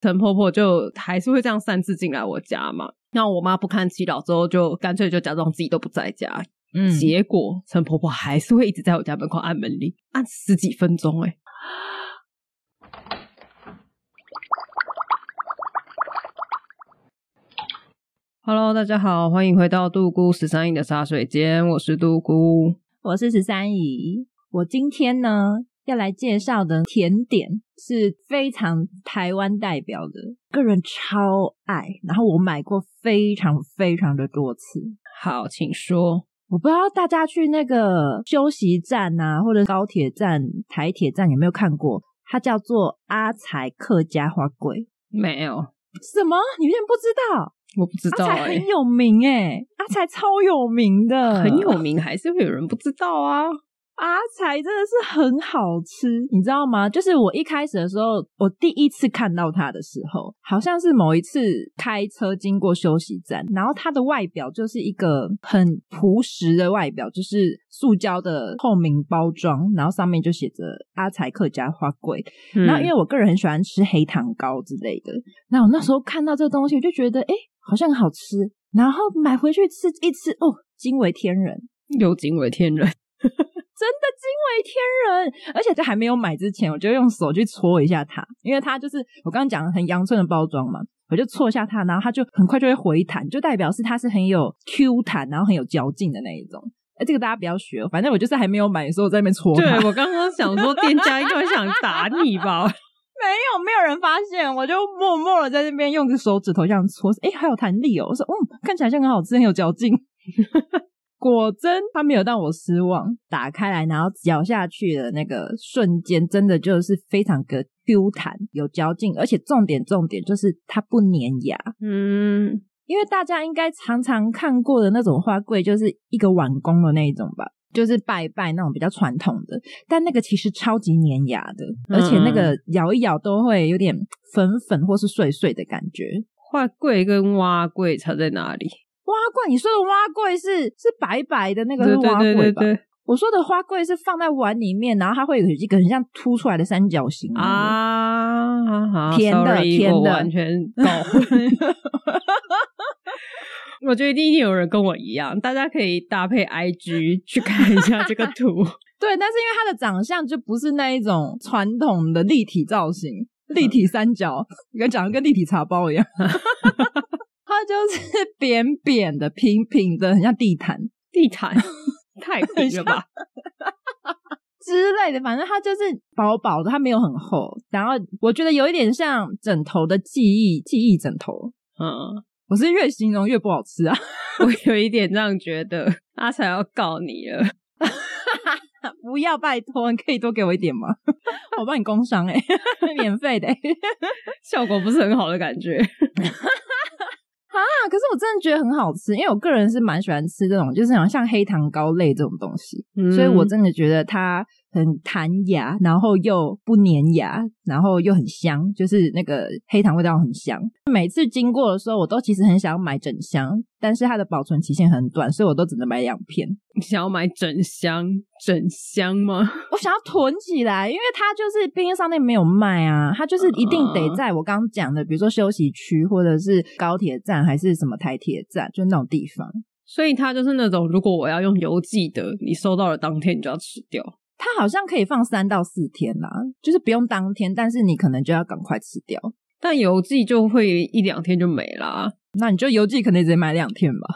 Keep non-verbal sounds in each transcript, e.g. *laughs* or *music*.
陈婆婆就还是会这样擅自进来我家嘛。那我妈不堪其扰之后，就干脆就假装自己都不在家。嗯结果陈婆婆还是会一直在我家门口按门铃，按十几分钟、欸，哎，Hello，大家好，欢迎回到杜姑十三姨的茶水间，我是杜姑。我是十三姨。我今天呢要来介绍的甜点是非常台湾代表的，个人超爱，然后我买过非常非常的多次。好，请说。我不知道大家去那个休息站啊，或者高铁站、台铁站有没有看过？它叫做阿财客家花粿。没有，什么？你们不知道？我不知道、阿财欸，很有名哎、阿财超有名的，很有名，还是会有人不知道啊？阿财真的是很好吃，你知道吗？就是我一开始的时候，我第一次看到它的时候，好像是某一次开车经过休息站，然后它的外表就是一个很朴实的外表，就是塑胶的透明包装，然后上面就写着阿财客家花粿，嗯然后因为我个人很喜欢吃黑糖糕之类的，那我那时候看到这个东西，我就觉得哎、诶好像很好吃，然后买回去吃一吃，哦，惊为天人，有惊为天人，真的惊为天人！而且在还没有买之前，我就用手去搓一下它，因为它就是我刚刚讲的很阳春的包装嘛，我就搓一下它，然后它就很快就会回弹，就代表是它是很有 Q 弹，然后很有嚼劲的那一种。哎，这个大家不要学哦，反正我就是还没有买的时候我在那边搓它。对我刚刚想说，店家应该想打你吧？没有，没有人发现，我就默默的在那边用个手指头这样搓，哎，还有弹力哦。我说，嗯，看起来像很好吃，很有嚼劲。 *laughs* 果真，它没有让我失望。打开来，然后咬下去的那个瞬间，真的就是非常的 Q 弹，有嚼劲，而且重点重点就是它不粘牙。 *laughs* 嗯，因为大家应该常常看过的那种花柜，就是一个碗工的那一种吧，就是拜拜那种比较传统的，但那个其实超级粘牙的，嗯而且那个咬一咬都会有点粉粉或是碎碎的感觉。画柜跟蛙柜差在哪里？蛙柜，你说的蛙柜是是白白的那个对是对蛙对柜对吧？对我说的花柜是放在碗里面，然后它会有一个很像凸出来的三角嗯形的啊，甜的 sorry，甜的我完全 *laughs* 搞混。 *laughs* 我觉得一定有人跟我一样，大家可以搭配 IG 去看一下这个 *laughs* 图。对，但是因为它的长相就不是那一种传统的立体造型，立体三角，跟讲的跟立体茶包一样，它就是扁扁的、平平的，很像地毯地毯太平了吧？之类的。反正它就是薄薄的，它没有很厚。然后我觉得有一点像枕头的记忆，记忆枕头。嗯，我是越形容越不好吃啊！ *laughs* 我有一点这样觉得，阿才要告你了。不要拜托，你可以多给我一点吗？ *laughs* 我帮你工商哎、 *laughs* 免费的、欸。效果不是很好的感觉。啊可是我真的觉得很好吃，因为我个人是蛮喜欢吃这种，就是好像像黑糖糕类这种东西，嗯所以我真的觉得它很弹牙，然后又不粘牙，然后又很香，就是那个黑糖味道很香。每次经过的时候，我都其实很想买整箱，但是它的保存期限很短，所以我都只能买两片。你想要买整箱整箱吗？ *laughs* 我想要囤起来，因为它就是便利商店没有卖啊，它就是一定得在我刚刚讲的，比如说休息区或者是高铁站还是什么台铁站，就那种地方。所以它就是那种，如果我要用邮寄的，你收到了当天你就要吃掉。它好像可以放三到四天啦，就是不用当天，但是你可能就要赶快吃掉。但邮寄就会一两天就没啦。那你就邮寄可能也只能买两天吧？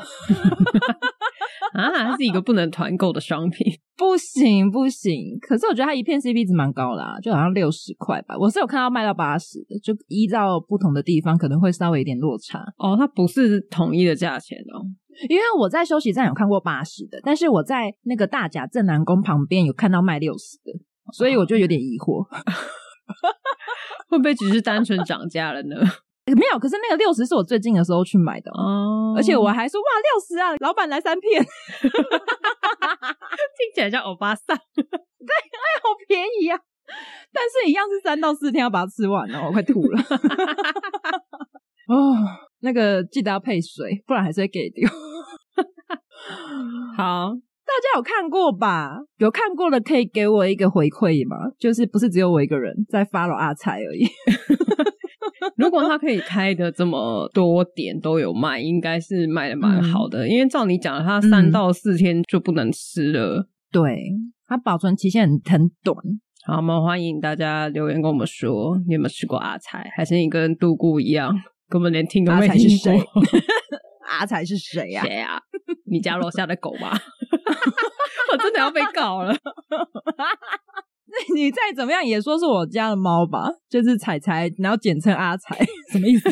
*laughs* 啊，它是一个不能团购的商品。不行不行，可是我觉得它一片 CP 值蛮高啦，就好像六十块吧。我是有看到卖到八十的，就依照不同的地方可能会稍微有点落差。哦，它不是统一的价钱哦。因为我在休息站有看过八十的，但是我在那个大甲镇南宫旁边有看到卖六十的，所以我就有点疑惑。会不会只是单纯涨价了呢？ *laughs* 没有，可是那个六十是我最近的时候去买的哦、哦而且我还说哇六十啊，老板来三片，听起来像欧巴桑，好便宜啊！ *laughs* 但是一样是三到四天要把它吃完哦，我快吐了。 *laughs* 哦，那个记得要配水，不然还是会给 *laughs* 丢。好，大家有看过吧？有看过的可以给我一个回馈吗？就是不是只有我一个人在 follow 阿菜而已？如果它可以开的这么多点都有卖，应该是卖的蛮好的。因为照你讲的，它三嗯到四天就不能吃了。 *laughs* 对，它保存期限很很短。好，我们欢迎大家留言跟我们说，你有没有吃过阿菜？还是你跟杜姑一样，根本连听都没阿菜听是过？阿才是谁呀、谁啊？ *laughs* 你家楼下的狗吧？ *laughs* 我真的要被告了。那 *laughs* 你再怎么样也说是我家的猫吧，就是彩彩，然后简称阿才， *laughs* 什么意思？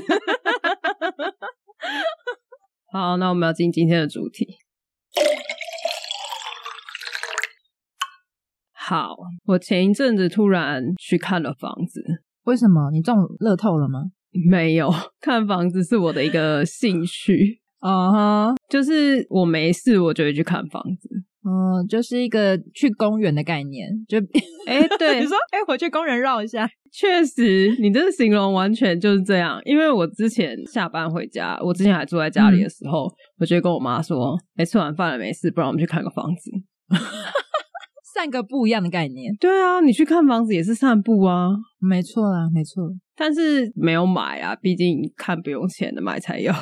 好，那我们要进今天的主题。好，我前一阵子突然去看了房子，为什么你中乐透了吗？没有看房子是我的一个兴趣，哦哈、就是我没事我就会去看房子。嗯，就是一个去公园的概念， *laughs* 就哎，对 *laughs* 你，说，哎、我去公园绕一下，确实，你这个形容完全就是这样。因为我之前下班回家，我之前还住在家里的时候，我就会跟我妈说：“哎，吃完饭了没事，不然我们去看个房子。散个不一样的概念”，对啊，你去看房子也是散步啊，没错啦，没错。但是没有买啊，毕竟看不用钱的买才有。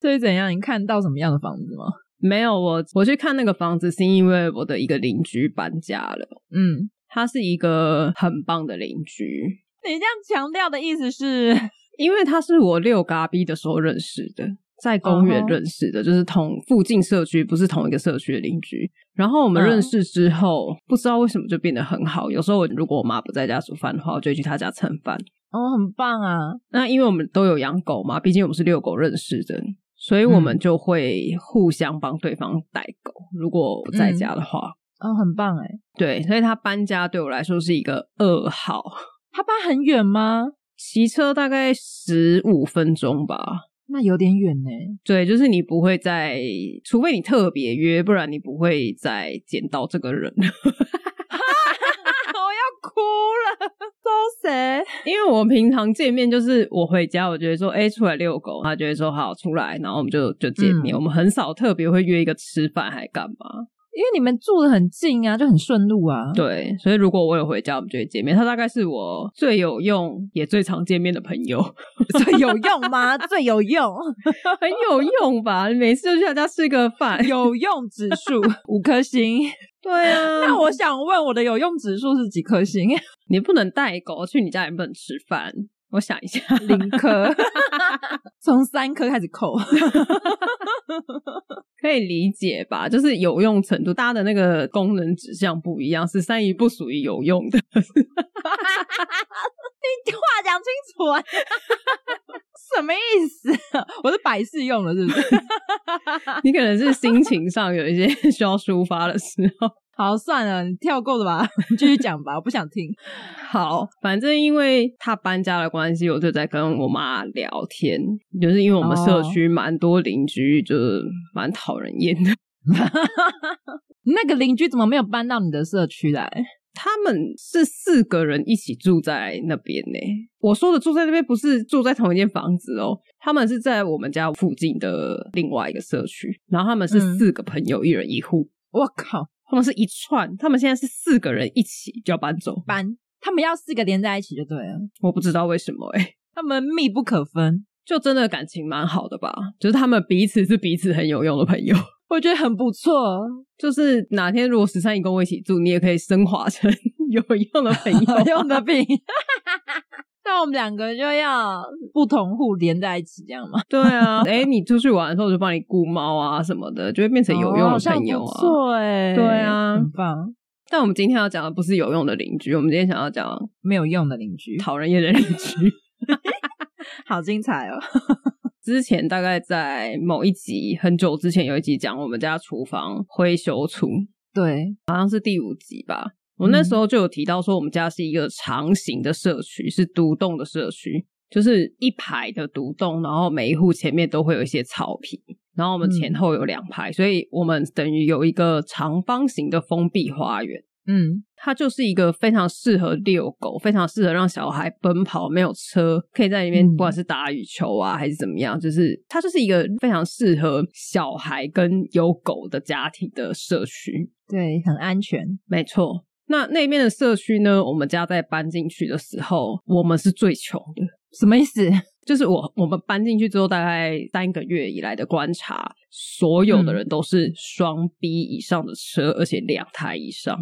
所以怎样？你看到什么样的房子吗？ *laughs* 没有我，我去看那个房子是因为我的一个邻居搬家了，嗯，他是一个很棒的邻居，你这样强调的意思是，因为他是我遛嘎逼的时候认识的，在公园哦吼认识的就是同附近社区，不是同一个社区的邻居。然后我们嗯认识之后，不知道为什么就变得很好。有时候我如果我妈不在家煮饭的话，我就会去她家蹭饭。哦，很棒啊，那因为我们都有养狗嘛，毕竟我们是遛狗认识的，所以我们嗯就会互相帮对方带狗。如果我在家的话，哦，很棒哎。对，所以他搬家对我来说是一个噩耗。他搬很远吗？骑车大概十五分钟吧，那有点远呢。对，就是你不会在，除非你特别约，不然你不会再见到这个人。 *laughs* *laughs* 我要哭了，都谁？因为我平常见面就是我回家，我就会说，哎、出来遛狗，他就会说好出来，然后我们就就见面。嗯我们很少特别会约一个吃饭还干嘛。因为你们住的很近啊，就很顺路啊。，对，所以如果我有回家，我们就会见面。他大概是我最有用也最常见面的朋友， *laughs* 最有用 *laughs* 吗？最有用，很有用吧？每次就去他家吃个饭， *laughs* 有用指数 *laughs* 五颗星。对啊。*laughs* *laughs* 那我想问，我的有用指数是几颗星？你不能带狗去你家，也不能吃饭。我想一下， *laughs* 零颗， *laughs* 从三颗开始扣。可以理解吧？就是有用程度，大家的那个功能指向不一样，十三姨不属于有用的。 *laughs* 你话讲清楚啊， *laughs* 什么意思？我是百事用了，是不是？ *laughs* 你可能是心情上有一些 *laughs* 需要抒发的时候。好，算了，你跳过了吧，你继续讲吧，我不想听。好，反正因为他搬家的关系，我就在跟我妈聊天，就是因为我们社区蛮多邻居，就是蛮讨人厌的。那个邻居怎么没有搬到你的社区来？他们是四个人一起住在那边呢、我说的住在那边不是住在同一间房子哦，他们是在我们家附近的另外一个社区，然后他们是嗯四个朋友，一人一户，我靠，他们是一串，他们现在是四个人一起就要搬走，搬！他们要四个连在一起就对了，我不知道为什么哎、他们密不可分。就真的感情蛮好的吧，就是他们彼此是彼此很有用的朋友。我觉得很不错，就是哪天如果十三姨跟我一起住，你也可以升华成 *laughs* 有用的朋友、 *laughs* 有用的病。那我们两个就要不同户连在一起，这样吗？对 *laughs* 啊，哎、你出去玩的时候我就帮你顾猫啊什么的，就会变成有用的朋友哦好像不啊。错哎、对啊很棒，但我们今天要讲的不是有用的邻居，我们今天想要讲没有用的邻居，讨人厌的邻居。 *laughs* 好精彩哦！之前大概在某一集很久之前有一集讲我们家厨房灰修厨， *laughs* 对，好像是第五集吧。嗯我那时候就有提到说，我们家是一个长型的社区，是独栋的社区。就是一排的独栋，然后每一户前面都会有一些草坪，然后我们前嗯后有两排，所以我们等于有一个长方形的封闭花园。嗯，它就是一个非常适合遛狗，非常适合让小孩奔跑，没有车可以在里面，嗯不管是打羽球啊还是怎么样，就是它就是一个非常适合小孩跟有狗的家庭的社区。对，很安全。没错，那那边的社区呢，我们家在搬进去的时候，我们是最穷的。什么意思？就是我我们搬进去之后，大概三个月以来的观察，所有的人都是双 B 以上的车，而且两台以上。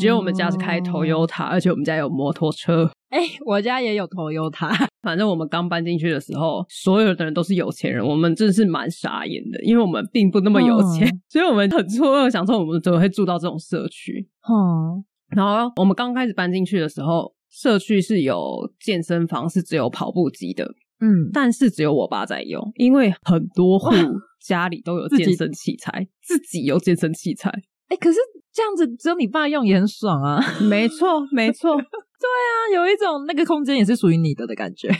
只有我们家是开哦 Toyota，而且我们家有摩托车。哎、我家也有 *laughs* Toyota，反正我们刚搬进去的时候，所有的人都是有钱人，我们真是蛮傻眼的，因为我们并不那么有钱， *laughs* 所以我们很错愕，想说我们怎么会住到这种社区。哦，然后我们刚开始搬进去的时候，社区是有健身房，是只有跑步机的，嗯，但是只有我爸在用，因为很多户哇家里都有自己健身器材，自己有健身器材。哎、可是这样子只有你爸用也很爽啊， *laughs* 啊，没错，没错。有一种那个空间也是属于你的的感觉。 *laughs*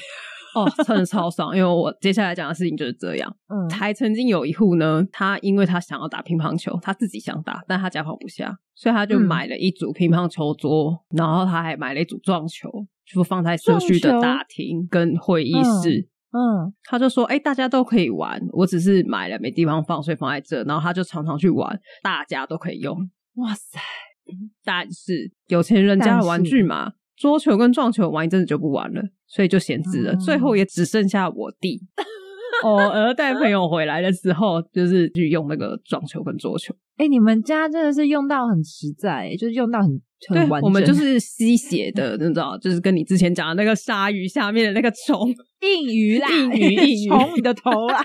哦，真的超爽，因为我接下来讲的事情就是这样。嗯还曾经有一户呢，他因为他想要打乒乓球，他自己想打，但他家放不下，所以他就嗯买了一组乒乓球桌，然后他还买了一组撞球，就放在社区的撞球大厅跟会议室。嗯，他就说：“哎、大家都可以玩，我只是买了没地方放，所以放在这。”然后他就常常去玩，大家都可以用。哇塞，嗯但是有钱人家的玩具嘛，桌球跟撞球玩一阵子就不玩了，所以就闲置了。哦最后也只剩下我弟，偶尔带朋友回来的时候，就是去用那个撞球跟桌球。哎、你们家真的是用到很实在、就是用到很很对完，整。我们就是吸血的，你知道，就是跟你之前讲的那个鲨鱼下面的那个虫。硬 *laughs* 鱼啦，硬鱼硬鱼从你的头啦。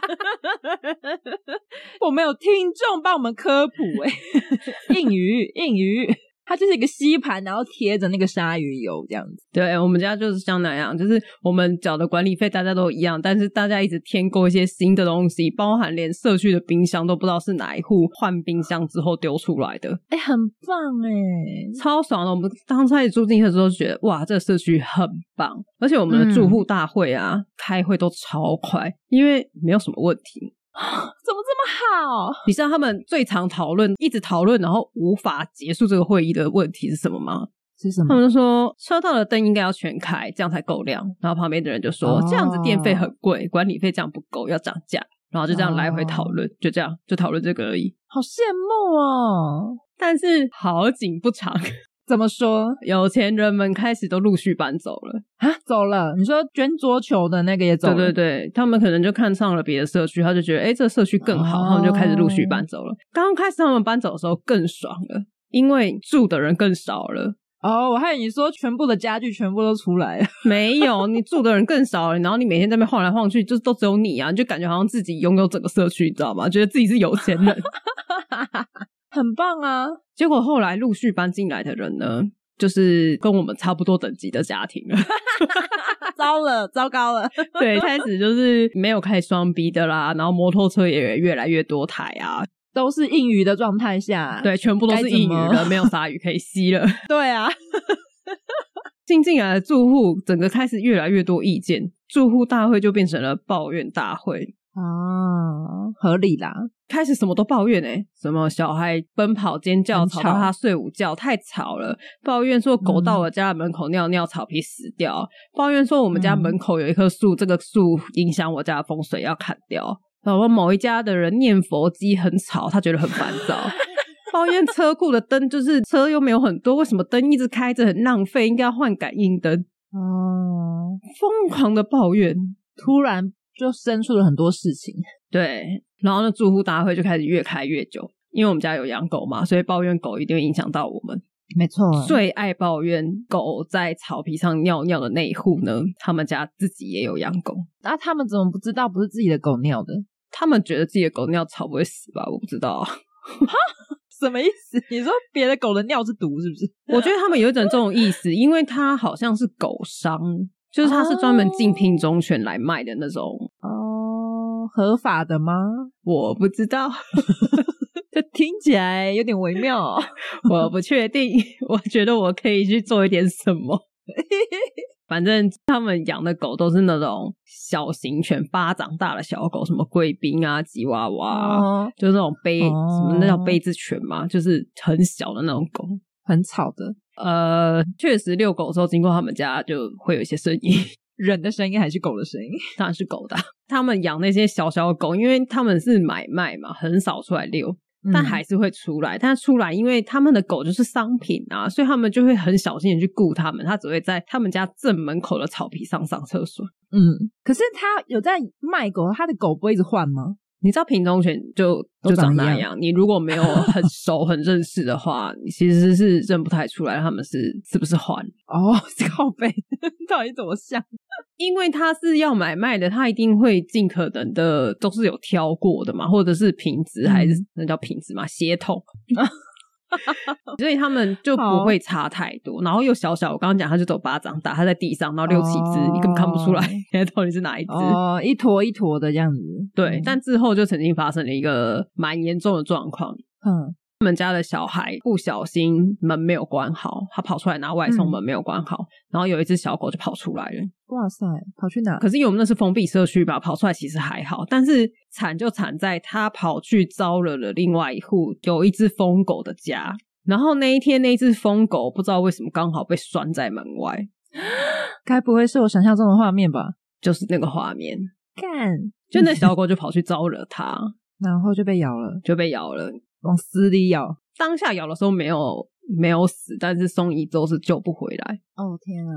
*laughs* 我们有听众帮我们科普哎、 *laughs* 硬鱼硬鱼，它就是一个吸盘，然后贴着那个鲨鱼油这样子。对我们家就是像那样，就是我们缴的管理费大家都一样，但是大家一直添购一些新的东西，包含连社区的冰箱都不知道是哪一户换冰箱之后丢出来的，哎、很棒哎、超爽的。我们刚开始住进去的时候觉得哇，这个社区很棒，而且我们的住户大会啊、开会都超快，因为没有什么问题。怎么这么好？你知道他们最常讨论、一直讨论，然后无法结束这个会议的问题是什么吗？是什他？们就说车道的灯应该要全开，这样才够亮。然后旁边的人就说、哦这样子电费很贵，管理费这样不够，要涨价。然后就这哦样来回讨论，就这样就讨论这个而已。好羡慕哦！但是好景不长， *laughs* 怎么说有钱人们开始都陆续搬走了。啊？走了？你说捐桌球的那个也走了？对对对，他们可能就看上了别的社区，他就觉得哎、诶这社区更好，哦他们就开始陆续搬走了。刚开始他们搬走的时候更爽了，因为住的人更少了。哦，我还以为你说全部的家具全部都出来了。 *laughs* 没有，你住的人更少了，然后你每天在那边晃来晃去，就是都只有你啊，你就感觉好像自己拥有整个社区，你知道吗？觉得自己是有钱 *laughs* 人。很棒啊！结果后来陆续搬进来的人呢，就是跟我们差不多等级的家 *laughs* 庭了， *laughs* 糟了，糟糕了！对，开始就是没有开双 B 的啦，然后摩托车也越来越多台啊，都是硬鱼的状态下，对，全部都是该怎硬鱼么了，没有鲨鱼可以吸 *laughs* 了。对啊，新进来的住户，整个开始越来越多意见，住户大会就变成了抱怨大会。啊，合理啦，开始什么都抱怨哎、什么小孩奔跑尖叫很吵吵到他睡午觉，太吵了；抱怨说狗到我家门口尿尿，草皮死掉；抱怨说我们家门口有一棵树，这个树影响我家的风水，要砍掉。然后某一家的人念佛机很吵，他觉得很烦躁。 *laughs* 抱怨车库的灯就是车又没有很多，为什么灯一直开着很浪费？应该要换感应灯。哦，疯狂的抱怨，突然就生出了很多事情，对，然后呢，住户大会就开始越开越久，因为我们家有养狗嘛，所以抱怨狗一定会影响到我们。没错最爱抱怨狗在草皮上尿尿的那一户呢，他们家自己也有养狗，那、啊他们怎么不知道不是自己的狗尿的？他们觉得自己的狗尿草不会死吧？我不知道啊，什么意思？你说别的狗的尿是毒是不是？我觉得他们有一种这种意思，因为它好像是狗商，就是它是专门竞聘忠犬来卖的那种，哦，合法的吗？我不知道， *laughs* 这听起来有点微妙、哦。我不确定，我觉得我可以去做一点什么。 *laughs* 反正他们养的狗都是那种小型犬，巴掌大的小狗，什么贵宾啊、吉娃娃啊、哦，就那种杯，哦什么那叫杯子犬嘛，就是很小的那种狗。很吵的呃，确实遛狗的时候经过他们家就会有一些声音， *laughs* 人的声音还是狗的声音？当然是狗的啊。他们养那些小小的狗，因为他们是买卖嘛，很少出来遛，嗯但还是会出来。但出来，因为他们的狗就是商品啊，所以他们就会很小心的去顾它们。它只会在他们家正门口的草皮上上厕所。嗯，可是他有在卖狗，他的狗不会一直换吗？你知道品种犬就都就长长一那样样，你如果没有 *laughs* 很熟很认识的话，你其实是认不太出来他们是是不是换，哦，靠背 *laughs* 到底怎么像？因为它是要买卖的，它一定会尽可能的都是有挑过的嘛，或者是品质嗯还是、那叫品质嘛，血 *laughs* 统。所以他们就不会差太多，然后又小小，我刚刚讲，它就走巴掌大，它在地上，然后六七只，哦你根本看不出来现在到底是哪一只。哦，一坨一坨的这样子。对嗯，但之后就曾经发生了一个蛮严重的状况，嗯，他们家的小孩不小心门没有关好，他跑出来拿外送嗯门没有关好，然后有一只小狗就跑出来了。哇塞，跑去哪？可是因为我们那是封闭社区吧，跑出来其实还好，但是惨就惨在他跑去招惹了另外一户有一只疯狗的家。然后那一天，那只疯狗不知道为什么刚好被拴在门外，该不会是我想象中的画面吧？就是那个画面，干，就那小狗就跑去招惹它，然后就被咬了，就被咬了。往死里咬。当下咬的时候没有没有死，但是送医之后是救不回来。哦天啊！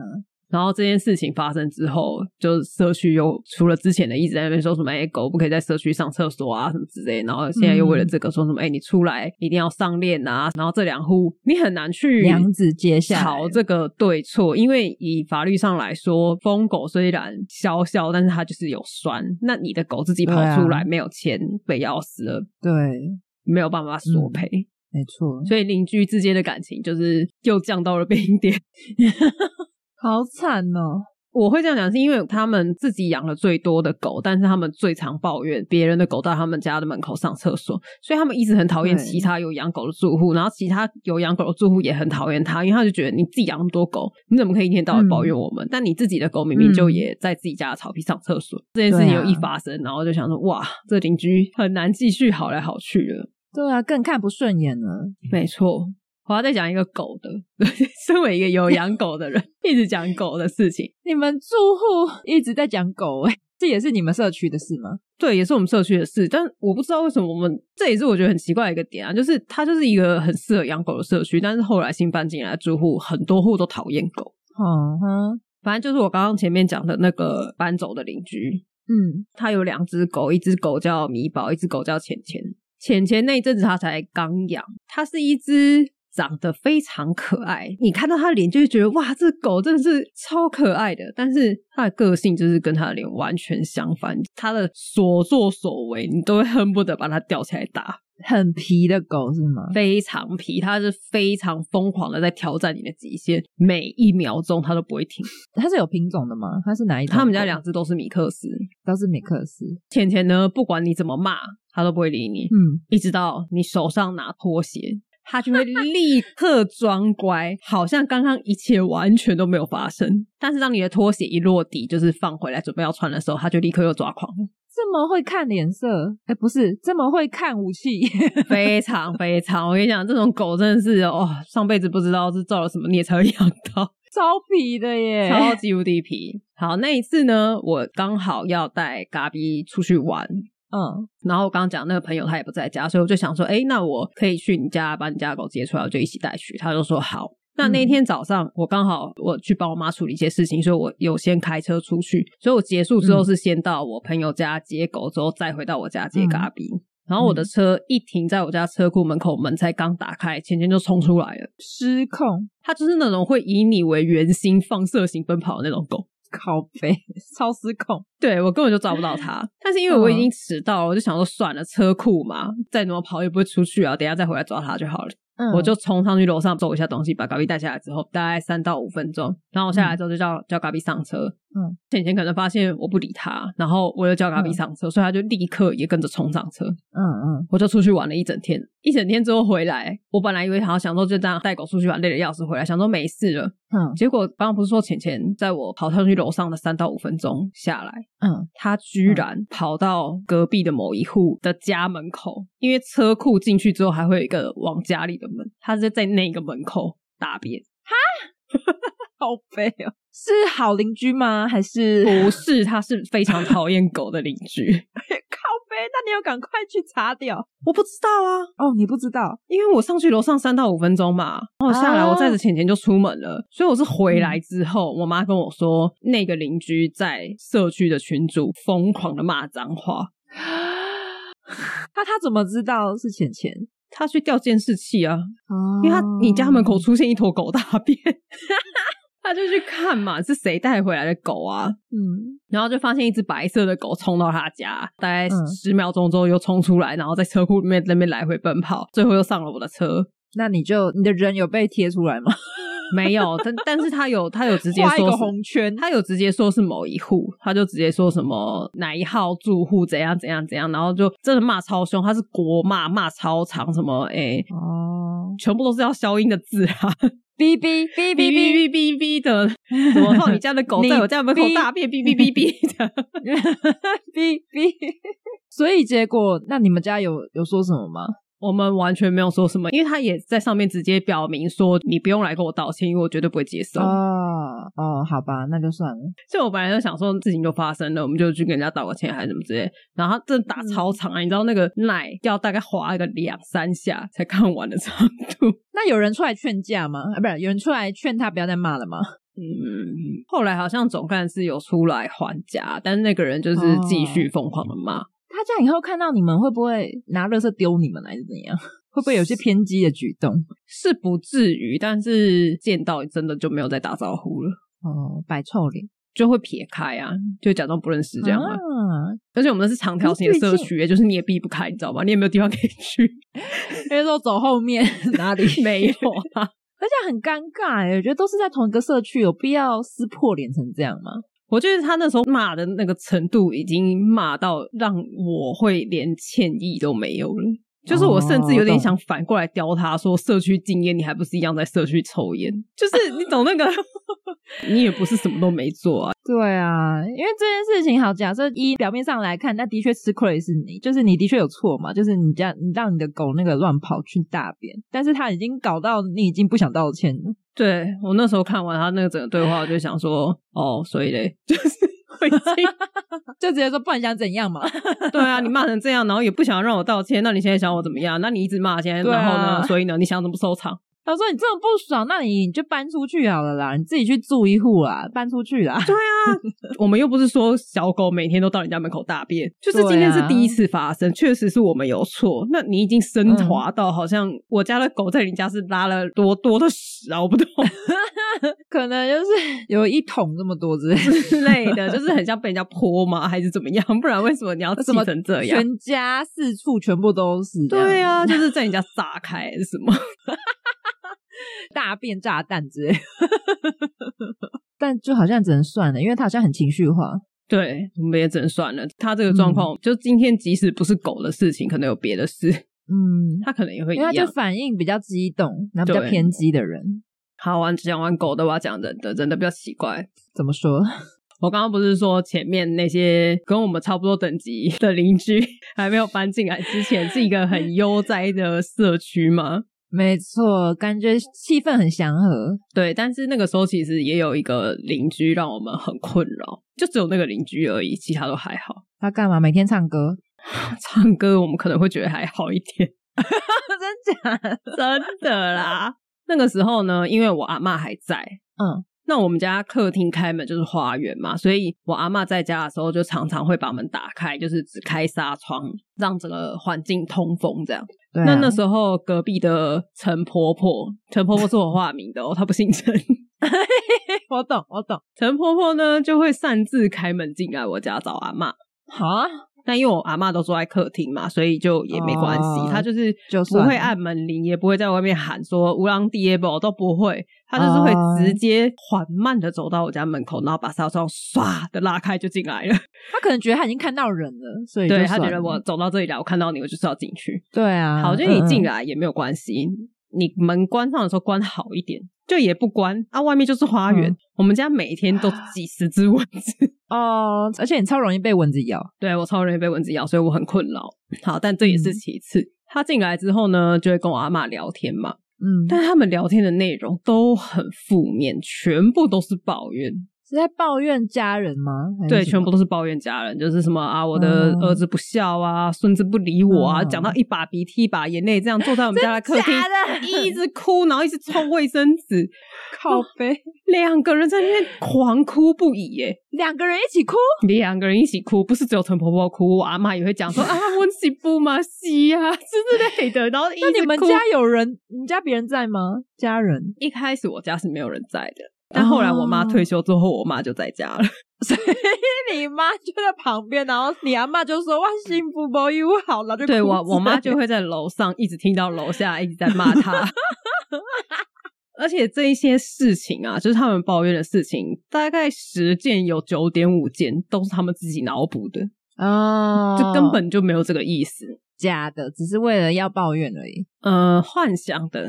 然后这件事情发生之后，就社区又除了之前的一直在那边说什么，哎、狗不可以在社区上厕所啊什么之类，然后现在又为嗯了这个说什么，哎、你出来一定要上链啊，然后这两户你很难去梁子接下来吵这个对错，因为以法律上来说，疯狗虽然消消，但是它就是有拴，那你的狗自己跑出对来、啊没有钱被咬死了，对，没有办法索嗯赔，没错，所以邻居之间的感情就是又降到了冰点。好惨哦。我会这样讲，是因为他们自己养了最多的狗，但是他们最常抱怨别人的狗到他们家的门口上厕所，所以他们一直很讨厌对其他有养狗的住户，然后其他有养狗的住户也很讨厌他，因为他就觉得你自己养那么多狗，你怎么可以一天到晚嗯抱怨我们？但你自己的狗明明就也在自己家的草皮上厕所，这件事情对啊有一发生，然后就想说，哇，这邻居很难继续好来好去了。对啊，更看不顺眼了。没错，我要再讲一个狗的， *laughs* 身为一个有养狗的人，一直讲狗的事情。你们住户一直在讲狗、哎，这也是你们社区的事吗？对，也是我们社区的事，但我不知道为什么我们这也是我觉得很奇怪的一个点啊，就是它就是一个很适合养狗的社区，但是后来新搬进来的住户很多户都讨厌狗。哦哈，反正就是我刚刚前面讲的那个搬走的邻居，嗯，他有两只狗，一只狗叫米宝，一只狗叫浅浅。浅浅那一阵子他才刚养，它是一只长得非常可爱，你看到它的脸就会觉得哇，这狗真的是超可爱的。但是它的个性就是跟它的脸完全相反，它的所作所为你都会恨不得把它吊起来打，很皮的狗是吗？非常皮，它是非常疯狂的在挑战你的极限，每一秒钟它都不会停。它是有品种的吗？它是哪一种狗？他们家两只都是米克斯，都是米克斯。浅浅呢，不管你怎么骂，它都不会理你。嗯，一直到你手上拿拖鞋，他就会立刻装乖，好像刚刚一切完全都没有发生。但是当你的拖鞋一落地，就是放回来准备要穿的时候，他就立刻又抓狂，这么会看脸色？哎，不是，这么会看武器？非常非常。我跟你讲，这种狗真的是哦，上辈子不知道是造了什么孽才会养到。超皮的耶！超级无敌皮。好，那一次呢，我刚好要带嘎比出去玩，嗯，然后我刚刚讲那个朋友他也不在家，所以我就想说，哎、那我可以去你家把你家的狗接出来，我就一起带去。他就说好。那嗯那天早上，我刚好我去帮我妈处理一些事情，所以我有先开车出去，所以我结束之后嗯是先到我朋友家接狗，之后再回到我家接嗯嘎比。然后我的车一停在我家车库门口，门才刚打开，钱钱就冲出来了。失控，它就是那种会以你为圆心放射型奔跑的那种狗。靠背， *laughs* 超失控。对我根本就抓不到他，但是因为我嗯已经迟到了，我就想说算了，车库嘛，再怎么跑也不会出去啊，等一下再回来抓他就好了。嗯我就冲上去楼上收一下东西，把嘎比带下来之后，大概三到五分钟，然后我下来之后就叫、叫嘎比上车。嗯，浅浅可能发现我不理他，然后我又叫嘎比嗯上车，所以他就立刻也跟着冲上车。嗯嗯，我就出去玩了一整天，一整天之后回来，我本来以为好像想说就这样带狗出去玩，累得要死，回来想说没事了，嗯结果刚刚不是说浅浅在我跑上去楼上的三到五分钟下来，嗯，他居然跑到隔壁的某一户的家门口，因为车库进去之后还会有一个往家里的门，他是在那个门口大便。 *laughs* 好悲哦。是好邻居吗？还是不是，他是非常讨厌狗的邻居， *laughs* 靠背？那你有赶快去查掉？我不知道啊。哦，你不知道？因为我上去楼上三到五分钟嘛，然后下来啊嗯我载着浅浅就出门了，所以我是回来之后，我妈跟我说那个邻居在社区的群主疯狂的骂脏话，那他怎么知道是浅浅？他去调监视器啊，哦因为他你家门口出现一坨狗大便， *laughs* 他就去看嘛，是谁带回来的狗啊？嗯，然后就发现一只白色的狗冲到他家，大概嗯十秒钟之后又冲出来，然后在车库里面在那边来回奔跑，最后又上了我的车。那你就你的人有被贴出来吗？没有，但但是他有他有直接画一说个是红圈。他有直接说是某一户，他就直接说什么哪一号住户怎样怎样怎样，然后就真的骂超凶，他是国骂骂超长，什么诶、哦全部都是要消音的字啊， ，B B 哔哔 B B B，哔哔哔的， *laughs* 什么放你家的狗你在我家门口哔大便，哔哔哔 *laughs* 哔的。哔哔。所以结果，那你们家有有说什么吗？我们完全没有说什么，因为他也在上面直接表明说，你不用来跟我道歉，因为我绝对不会接受。哦哦，好吧，那就算了。所以我本来就想说事情就发生了，我们就去跟人家道个歉还是什么之类。然后他真的打超长啊，你知道那个奶要大概划个两三下才看完的 *laughs* 嗯长度。那有人出来劝架吗？啊，不是，有人出来劝他不要再骂了吗？嗯，后来好像总干事有出来还价，但是那个人就是继续疯狂的骂。他这样以后看到你们会不会拿垃圾丢你们，还是怎样？会不会有些偏激的举动？是不至于，但是见到真的就没有再打招呼了，哦，摆臭脸就会撇开啊，就假装不认识这样啊。啊！而且我们是长条形的社区，也就是你也避不开，你知道吗？你也没有地方可以 *laughs* 去，因为说走后面 *laughs* 哪里没有啊。而且很尴尬欸耶，我觉得都是在同一个社区，有必要撕破脸成这样吗？我觉得他那时候骂的那个程度，已经骂到让我会连歉意都没有了。就是我甚至有点想反过来刁他，说社区禁烟，你还不是一样在社区抽烟？就是你懂那个， *laughs* 你也不是什么都没做啊。对啊，因为这件事情好，假设一表面上来看，那的确吃亏的是你，就是你的确有错嘛，就是你这样你让你的狗那个乱跑去大便，但是它已经搞到你已经不想道歉了。对我那时候看完他那个整个对话，我就想说，哦，所以嘞，就是我已经就直接说不然想怎样嘛？ *laughs* 对啊，你骂成这样，然后也不想让我道歉，那你现在想我怎么样？那你一直骂，现在、对啊然后呢？所以呢，你想怎么收场？他说你这么不爽，那你就搬出去好了啦，你自己去住一户啦，搬出去啦。 *laughs* 我们又不是说小狗每天都到你家门口大便，就是对啊今天是第一次发生，确实是我们有错。那你已经升嗯华到好像我家的狗在你家是拉了多多的屎啊，我不 *laughs* 懂可能就是有一桶这么多之类的。 *laughs* 之类的，就是很像被人家泼吗？还是怎么样？不然为什么你要气怎么成这样？全家四处全部都是，对，啊，就是在你家撒开还是什么？ *laughs* *laughs* 大便炸弹之类的， *laughs* 但就好像只能算了，因为他好像很情绪化。对，我们也只能算了。他这个嗯状况，就今天即使不是狗的事情，可能有别的事。嗯，他可能也会一因为他样。就反应比较激动，然后比较对偏激的人，好玩，只想玩狗的，我要讲人的，人的比较奇怪。怎么说？ *laughs* 我刚刚不是说前面那些跟我们差不多等级的邻居还没有搬进来之前，是一个很悠哉的社区吗？没错，感觉气氛很祥和。对，但是那个时候其实也有一个邻居让我们很困扰，就只有那个邻居而已，其他都还好。 *laughs* 他干嘛？每天唱歌？ *laughs* 唱歌我们可能会觉得还好一点， *laughs* 真假？真的啦。那个时候呢，因为我阿嬷还在， *laughs* 嗯，那我们家客厅开门就是花园嘛，所以我阿嬷在家的时候就常常会把门打开，就是只开纱窗，让整个环境通风这样。对啊、那那时候隔壁的陈婆婆，陈婆婆是我化名的哦，她不姓陈。 *laughs* 我懂，我懂。陈婆婆呢就会擅自开门进来我家找阿嬷。好，但因为我阿嬷都坐在客厅嘛，所以就也没关系哦。她就是就啊不算会了按门铃，也不会在外面喊说“无浪地耶宝”，都不会。她就是哦会直接缓慢的走到我家门口，然后把纱窗唰的拉开就进来了。他可能觉得他已经看到人了，所以就对她算觉得了我走到这里来，我看到你，我就是要进去。对啊，好，就你进嗯嗯来也没有关系。你门关上的时候关好一点，就也不关啊，外面就是花嗯园。我们家每天都啊几十只蚊子，哦，而且你超容易被蚊子咬。对我超容易被蚊子咬，所以我很困扰。好，但这也嗯是其次。他进来之后呢，就会跟我阿嬷聊天嘛，嗯，但他们聊天的内容都很负面，全部都是抱怨。是在抱怨家人吗？哎还是对，什全么部都是抱怨家人，就是什么啊，我的嗯儿子不孝啊，孙子不理我啊，嗯讲到一把鼻涕一把眼泪，这样坐在我们家的客厅假 *laughs* 的一直哭，然后一直抽卫生纸，靠背，两个人在那边狂哭不已耶，两个人一起哭，两个人一起哭，不是只有陈婆婆哭，我阿妈也会讲 *laughs* 说啊，温喜不嘛西呀之类的，然后一 *laughs* 那你直们哭家有人，你们家别人在吗？家人，一开始我家是没有人在的，但后来我妈哦退休之后，我妈就在家了。所以你妈就在旁边，然后你阿妈就说哇幸福不又好了，就 *laughs* 对哭我，之我妈类 *laughs* 就会在楼上一直听到楼下一直在骂她。 *laughs* 而且这一些事情啊，就是他们抱怨的事情，大概十件有九点五件都是他们自己脑补的，哦，就根本就没有这个意思。假的，只是为了要抱怨而已。呃，幻想 *laughs* 的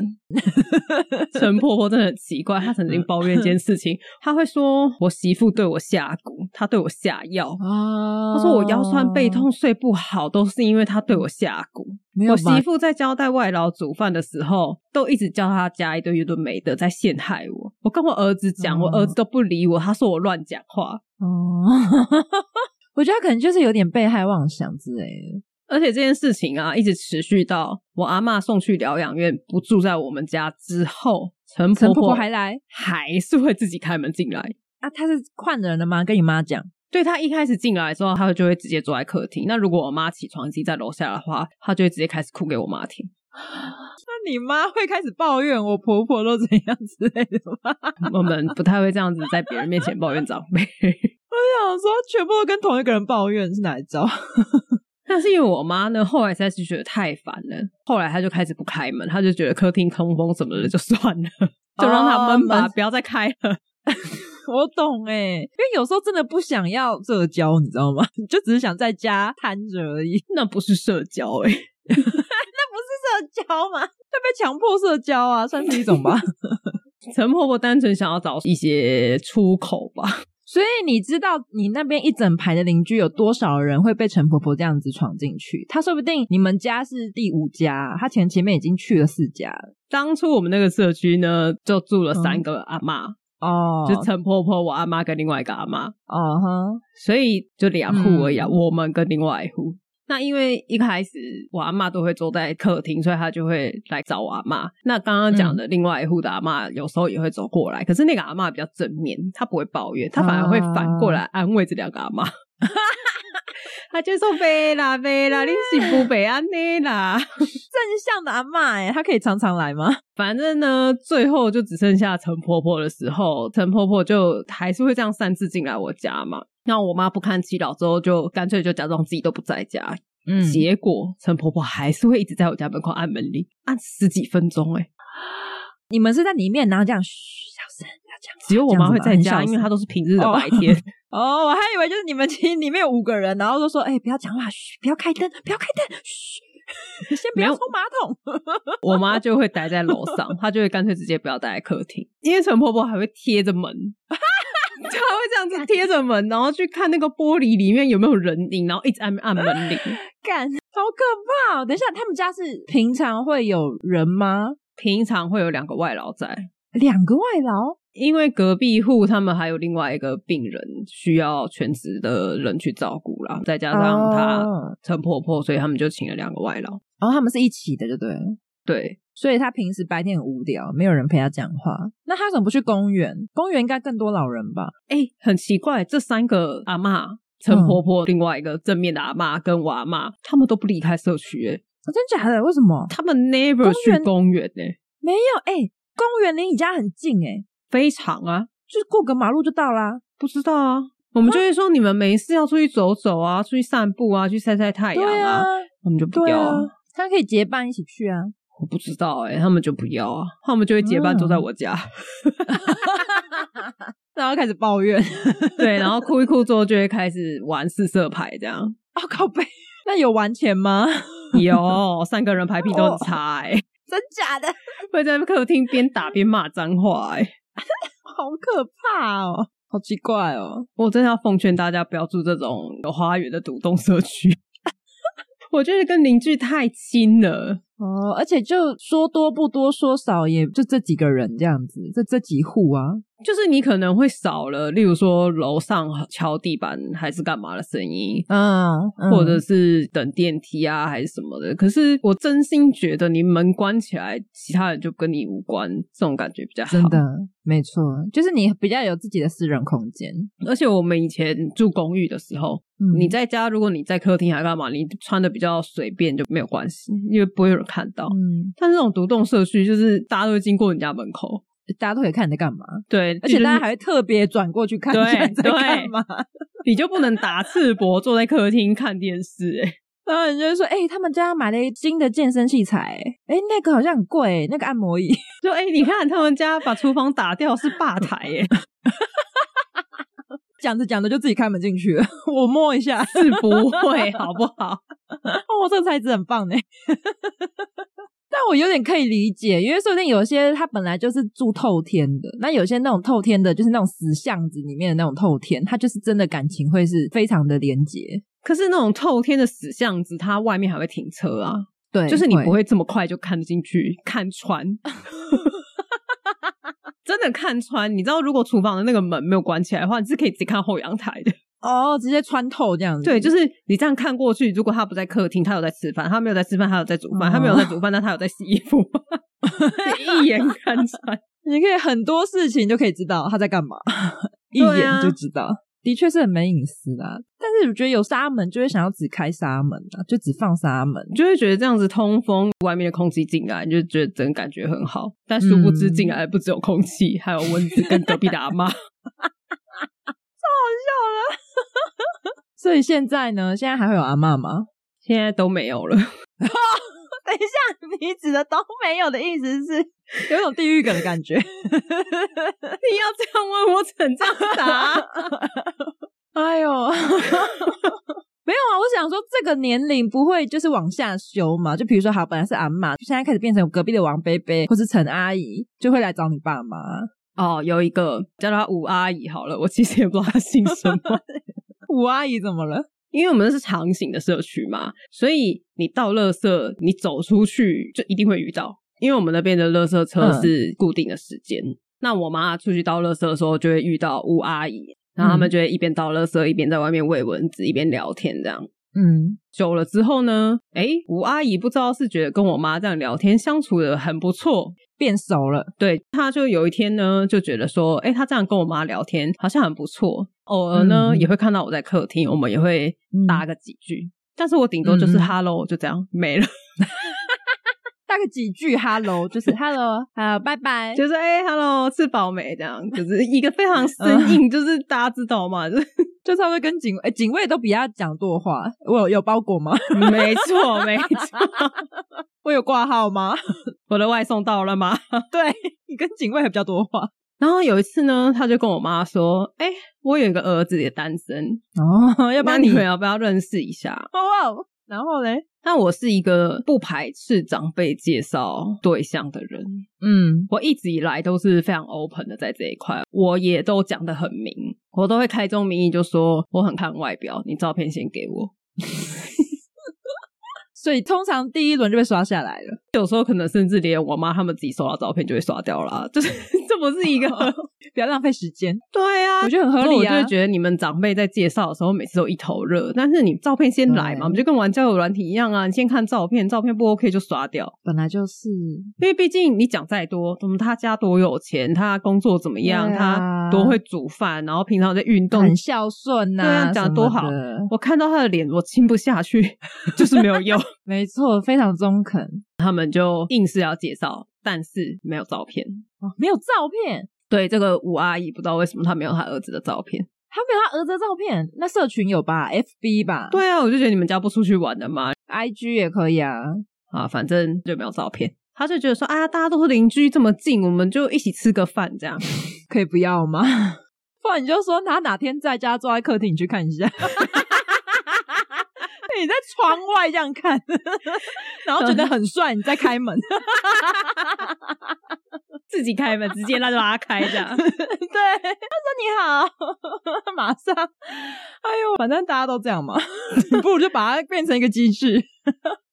陈婆婆真的很奇怪，她曾经抱怨一件事 *laughs* 情，她会说我媳妇对我下蛊，她对我下药。哦她说我腰酸背，痛、睡不好，都是因为她对我下蛊。没有我吧媳妇在交代外劳煮饭的时候，都一直叫他加一堆有的没的，在陷害我。我跟我儿子讲，嗯我儿子都不理我，他说我乱讲话。哦， *laughs* 我觉得她可能就是有点被害妄想之类的。而且这件事情啊，一直持续到我阿嬷送去疗养院，不住在我们家之后，陈陈婆婆婆还还来还是会自己开门进来。啊，她是换人了吗？跟你妈讲，对她一开始进来的时候，她就会直接坐在客厅。那如果我妈起床机在楼下的话，她就会直接开始哭给我妈听。那你妈会开始抱怨我婆婆都怎样之类的吗？我们不太会这样子在别人面前抱怨长辈。 *laughs* 我想说，全部都跟同一个人抱怨是哪一招？ *laughs* 但是因为我妈呢，后来实在是觉得太烦了，后来她就开始不开门，她就觉得客厅通风什么的就算了，就让她闷吧，哦不要再开了。我懂哎、因为有时候真的不想要社交，你知道吗？ *laughs* 就只是想在家瘫着而已，那不是社交哎、不是社交吗？ *laughs* 会被强迫社交啊，算是一种吧。陈婆婆单纯想要找一些出口吧。所以你知道你那边一整排的邻居有多少人会被陈婆婆这样子闯进去？她说不定你们家是第五家，她前前面已经去了四家了当初我们那个社区呢，就住了三个阿妈，哦就是陈婆婆、我阿妈跟另外一个阿妈，哦哈，所以就两户而已、啊，嗯我们跟另外一户。那因为一开始我阿嬷都会坐在客厅，所以她就会来找我阿嬷。那刚刚讲嗯的另外一户的阿嬷有时候也会走过来，可是那个阿嬷比较正面，她不会抱怨，她反而会反过来啊安慰这两个阿嬷。 *laughs* 她就说：“别啦，别啦，你是不被安内啦。正向的阿嬷哎、她可以常常来吗？” *laughs* 反正呢，最后就只剩下陈婆婆的时候，陈婆婆就还是会这样擅自进来我家嘛。那我妈不堪其扰之后，就干脆就假装自己都不在家，嗯结果陈婆婆还是会一直在我家门口按门铃，按十几分钟、欸，哎，你们是在里面，然后这样嘘，小声，不要讲。只有我妈会在这家，样子吗很小声因为她都是平日的哦白天。哦，我还以为就是你们其实里面有五个人，然后都说，哎、不要讲话，嘘，不要开灯，不要开灯，嘘， *laughs* 先不没要有冲马桶。 *laughs* *laughs* 我妈就会待在楼上，她就会干脆直接不要待在客厅，因为陈婆婆还会贴着门。 *laughs* 她会这样子贴着门，然后去看那个玻璃里面有没有人影，然后一直按按门铃。干，好可怕、哦！等一下，他们家是平常会有人吗？平常会有两个外劳在，两个外劳，因为隔壁户他们还有另外一个病人需要全职的人去照顾啦，再加上她哦陈婆婆，所以他们就请了两个外劳。然后、他们是一起的，就对了。对，所以他平时白天很无聊，没有人陪他讲话。那他怎么不去公园？公园应该更多老人吧？哎、很奇怪，这三个阿嬷、陈婆嗯婆、另外一个正面的阿嬷跟我阿嬷，他们都不离开社区、欸，哦真假的？为什么？他们 never 公园去公园呢、欸没有，哎、公园离你家很近、哎，非常啊，就是过个马路就到啦。不知道啊。我们就会说你们没事要出去走走啊，出去散步啊，去晒晒太阳对啊，啊，我们就不对要、啊，他可以结伴一起去啊。我不知道哎、他们就不要啊，他们就会结伴坐在我家， *laughs* 然后开始抱怨， *laughs* 哦对，然后哭一哭之后就会开始玩四色牌，这样 *laughs* 哦靠背，那有完钱吗？有三个人牌品都很差哎、真假的，会在客厅边打边骂脏话、欸。哎， *laughs* 好可怕哦，好奇怪哦。我真的要奉劝大家不要住这种有花园的独栋社区。 *laughs* 我觉得跟邻居太亲了。哦，而且就说多不多，说少也就这几个人这样子，这这几户啊，就是你可能会少了，例如说楼上敲地板还是干嘛的声音，嗯，嗯或者是等电梯啊还是什么的。可是我真心觉得你门关起来，其他人就跟你无关，这种感觉比较好。真的没错，就是你比较有自己的私人空间。而且我们以前住公寓的时候，嗯你在家，如果你在客厅还干嘛，你穿的比较随便就没有关系，因为不会有人看到。嗯，但这种独栋社区，就是大家都会经过你家门口，大家都可以看你在干嘛，对，而且就是大家还会特别转过去看一下对你在干嘛。你就不能打赤膊坐在客厅看电视、欸， *laughs* 然后你就会说：“哎、他们家买了一新的健身器材、哎、那个好像很贵、那个按摩椅。 *laughs* 就哎、欸你看他们家把厨房打掉是吧台、欸，哎，”讲着讲着就自己开门进去了，我摸一下，是不会好不好？哦，这个材质很棒呢。 *laughs* 但我有点可以理解，因为说不定有些他本来就是住透天的，那有些那种透天的，就是那种死巷子里面的那种透天，他就是真的感情会是非常的连结。可是那种透天的死巷子，它外面还会停车啊，对就是你不会这么快就看得进去看穿。 *laughs* 真的看穿，你知道，如果厨房的那个门没有关起来的话，你是可以直接看后阳台的。哦，直接穿透这样子。对，就是你这样看过去，如果他不在客厅，他有在吃饭；他没有在吃饭，他有在煮饭；他没有哦在煮饭，但他有在洗衣服。 *laughs* 一眼看穿，你可以很多事情就可以知道他在干嘛，一对眼啊就知道。的确是很没隐私啦，但是我觉得有纱门就会想要只开纱门啊，就只放纱门。 *laughs* 你就会觉得这样子通风，外面的空气进来，你就觉得整个感觉很好。但殊不知嗯进来的不只有空气，还有蚊子跟隔壁的阿妈。 *laughs* 所以现在呢，现在还会有阿嬷吗？现在都没有了，等一下，你指的都没有的意思是， *laughs* 有一种地狱梗的感觉。 *laughs* 你要这样问我，怎这样答？哎呦， *laughs* 没有啊！我想说，这个年龄不会就是往下修嘛？就比如说，好，本来是阿嬷，现在开始变成隔壁的王贝贝或是陈阿姨，就会来找你爸妈。哦，有一个叫她吴阿姨好了，我其实也不知道她姓什 *laughs* 么，吴阿姨怎么了？因为我们是长型的社区嘛，所以你倒垃圾，你走出去就一定会遇到，因为我们那边的垃圾车嗯是固定的时间。那我妈出去倒垃圾的时候，就会遇到吴阿姨，然后他们就会一边倒垃圾，一边在外面喂蚊子，一边聊天这样。嗯，久了之后呢，诶，吴阿姨不知道是觉得跟我妈这样聊天相处的很不错，变熟了。对，他就有一天呢，就觉得说，哎、他这样跟我妈聊天好像很不错，偶尔呢、嗯也会看到我在客厅，我们也会嗯搭个几句，但是我顶多就是嗯 “hello”，就这样没了， *laughs* 大概几句 “hello”，就是 “hello”，还 *laughs* 有拜拜。就是哎、h e l l o 吃饱没？”这样，就是一个非嗯常生硬，就是大家知道嘛， *laughs* 就是就差不多跟警哎、警卫都比他讲多话。我有有包裹吗？没错，没 *laughs* 错，我有挂号吗？ *laughs* 我的外送到了吗？ *laughs* 对你跟警卫还比较多话然后有一次呢，他就跟我妈说，哎、我有一个儿子也单身，哦， *laughs* 要不那然你你们要不要认识一下？哦，然后嘞，但我是一个不排斥长辈介绍对象的人，嗯我一直以来都是非常 open 的在这一块，我也都讲得很明，我都会开宗明义就说我很看外表，你照片先给我。所以通常第一轮就被刷下来了。有时候可能甚至连我妈他们自己收到照片就会刷掉啦，就是 *laughs* 这不是一个不要浪费时间，对啊我。觉得很合理啊。哦我就觉得你们长辈在介绍的时候每次都一头热，但是你照片先来对嘛，我们就跟玩交友软体一样啊，你先看照片，照片不 OK 就刷掉。本来就是因为毕竟你讲再多，嗯，他家多有钱，他工作怎么样，对啊他多会煮饭，然后平常在运动，很孝顺呐、对啊讲得多好什么的我看到他的脸，我亲不下去， *laughs* 就是没有 *laughs* 用。没错，非常中肯。他们就硬是要介绍，但是没有照片。哦，没有照片，对，这个吴阿姨不知道为什么她没有她儿子的照片。他没有他儿子的照片，那社群有吧？FB 吧？对啊，我就觉得你们家不出去玩的嘛， ，IG 也可以啊。啊，反正就没有照片。他就觉得说，啊，大家都是邻居这么近，我们就一起吃个饭这样。可以不 *laughs* 要吗？ *laughs* 哎不然你就说他哪天在家坐在客厅，你去看一下。你在窗外这样 *laughs* 看，然后觉得很帅，你再开门。自己开门，直接拉就把它开这样。 *laughs* 对，他说你好， *laughs* 马上，哎呦，反正大家都这样 *laughs* 嘛，你不如就把它变成一个机制。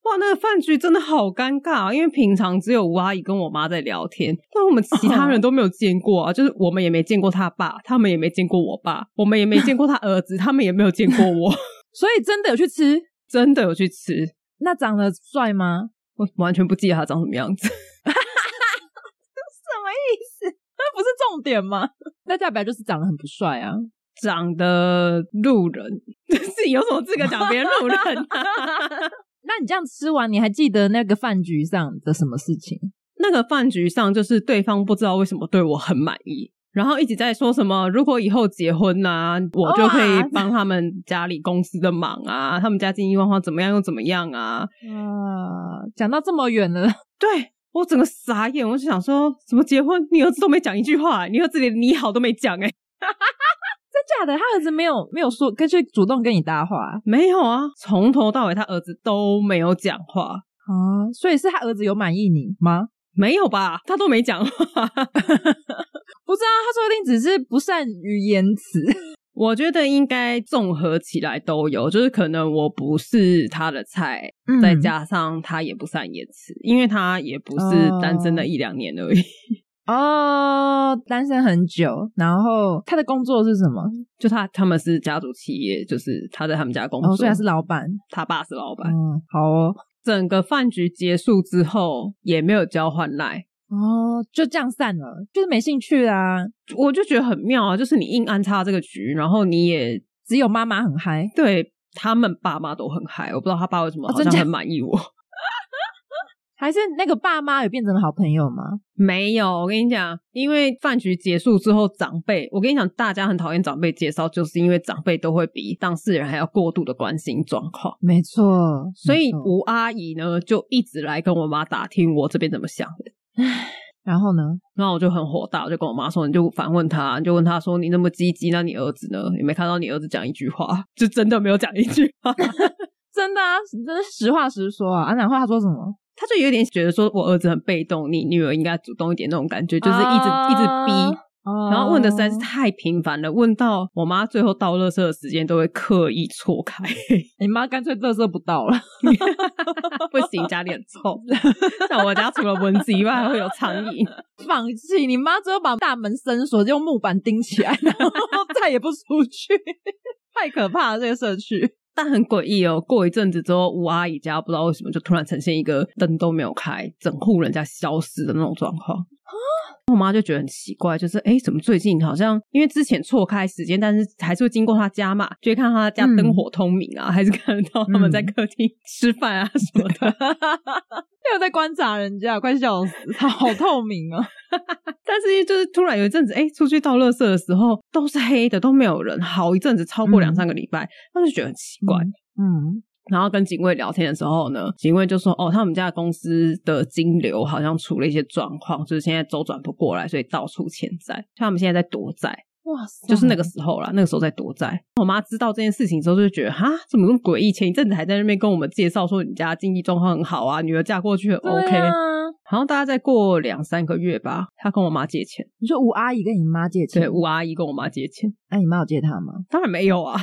哇，那个饭局真的好尴尬、啊，因为平常只有我阿姨跟我妈在聊天，但我们其他人都没有见过啊，就是我们也没见过他爸，他们也没见过我爸，我们也没见过他儿子，他们也没有见过我， *laughs* 所以真的有去吃，真的有去吃，那长得帅吗？我完全不记得他长什么样子。什么意思？那不是重点吗？那代表就是长得很不帅啊。长得路人， *laughs* 自己有什么资格讲别人路人、啊？那你这样吃完，你还记得那个饭局上的什么事情？那个饭局上，就是对方不知道为什么对我很满意，然后一直在说什么，如果以后结婚啊，我就可以哇帮他们家里公司的忙啊，他们家经济状况怎么样又怎么样啊，啊，讲到这么远了， *laughs* 对我整个傻眼，我就想说，怎么结婚？你儿子都没讲一句话、欸你儿子连你好都没讲、欸，哎，真假的？他儿子没有没有说，跟去主动跟你搭话没有啊，从头到尾他儿子都没有讲话，啊？所以是他儿子有满意你吗？没有吧？他都没讲话。 *laughs* 不知道，他说不定只是不善于言辞。我觉得应该综合起来都有，就是可能我不是他的菜，嗯再加上他也不善言辞，因为他也不是单身了一两年而已， *laughs* 哦，单身很久，然后他的工作是什么？就他他们是家族企业，就是他在他们家工作，哦，所以他是老板。他爸是老板。嗯，好哦，整个饭局结束之后也没有交换赖，哦，就这样散了，就是没兴趣啊啦、我就觉得很妙啊，就是你硬安插这个局，然后你也只有妈妈很嗨，对他们爸妈都很嗨，我不知道他爸为什么哦好真像假很满意我。 *laughs* 还是那个爸妈有变成好朋友吗？没有，我跟你讲，因为饭局结束之后，长辈，我跟你讲，大家很讨厌长辈介绍，就是因为长辈都会比当事人还要过度的关心状况。没错，所以没错吴阿姨呢，就一直来跟我妈打听我这边怎么想的，然后呢？然后我就很火大，我就跟我妈说，你就反问她，你就问她说，你那么积极，那你儿子呢？你没看到你儿子讲一句话， *laughs* 就真的没有讲一句话， *laughs* 真的啊，真是实话实说啊。啊，然后他说什么？她就有点觉得说我儿子很被动，你女儿应该主动一点那种感觉，就是一直、一直逼，啊哦然后问的实在是太频繁了，问到我妈最后倒垃圾的时间都会刻意错开， *laughs* 你妈干脆乐色不到了。 *laughs* 不行，家里很臭。 *laughs* 像我家除了蚊子以外，还会有苍蝇。放弃，你妈只有把大门深锁，就用木板钉起来， *laughs* 然后再也不出去， *laughs* 太可怕了这个社区。但很诡异哦，过一阵子之后，吴阿姨家不知道为什么就突然呈现一个灯都没有开，整户人家消失的那种状况。我妈就觉得很奇怪，就是哎，诶怎么最近好像因为之前错开时间，但是还是会经过她家嘛，就会看到她家嗯灯火通明啊，还是看得到他们在嗯客厅吃饭啊什么的。又在观察人家，快笑死，好透明哦。但是因为就是突然有一阵子，哎、出去倒垃圾的时候都是黑的，都没有人，好一阵子超过两三个礼拜，他、就觉得很奇怪。嗯，然后跟警卫聊天的时候呢，警卫就说：“哦，他们家公司的金流好像出了一些状况，就是现在周转不过来，所以到处欠债。像他们现在在躲债，哇塞就是那个时候啦，那个时候在躲债。我妈知道这件事情之后，就觉得哈，怎么这么诡异？前一阵子还在那边跟我们介绍说你家经济状况很好啊，女儿嫁过去很 OK。对啊好像大概再过两三个月吧，她跟我妈借钱。”你说吴阿姨跟你妈借钱，对，吴阿姨跟我妈借钱，那、你妈有借她吗？当然没有啊。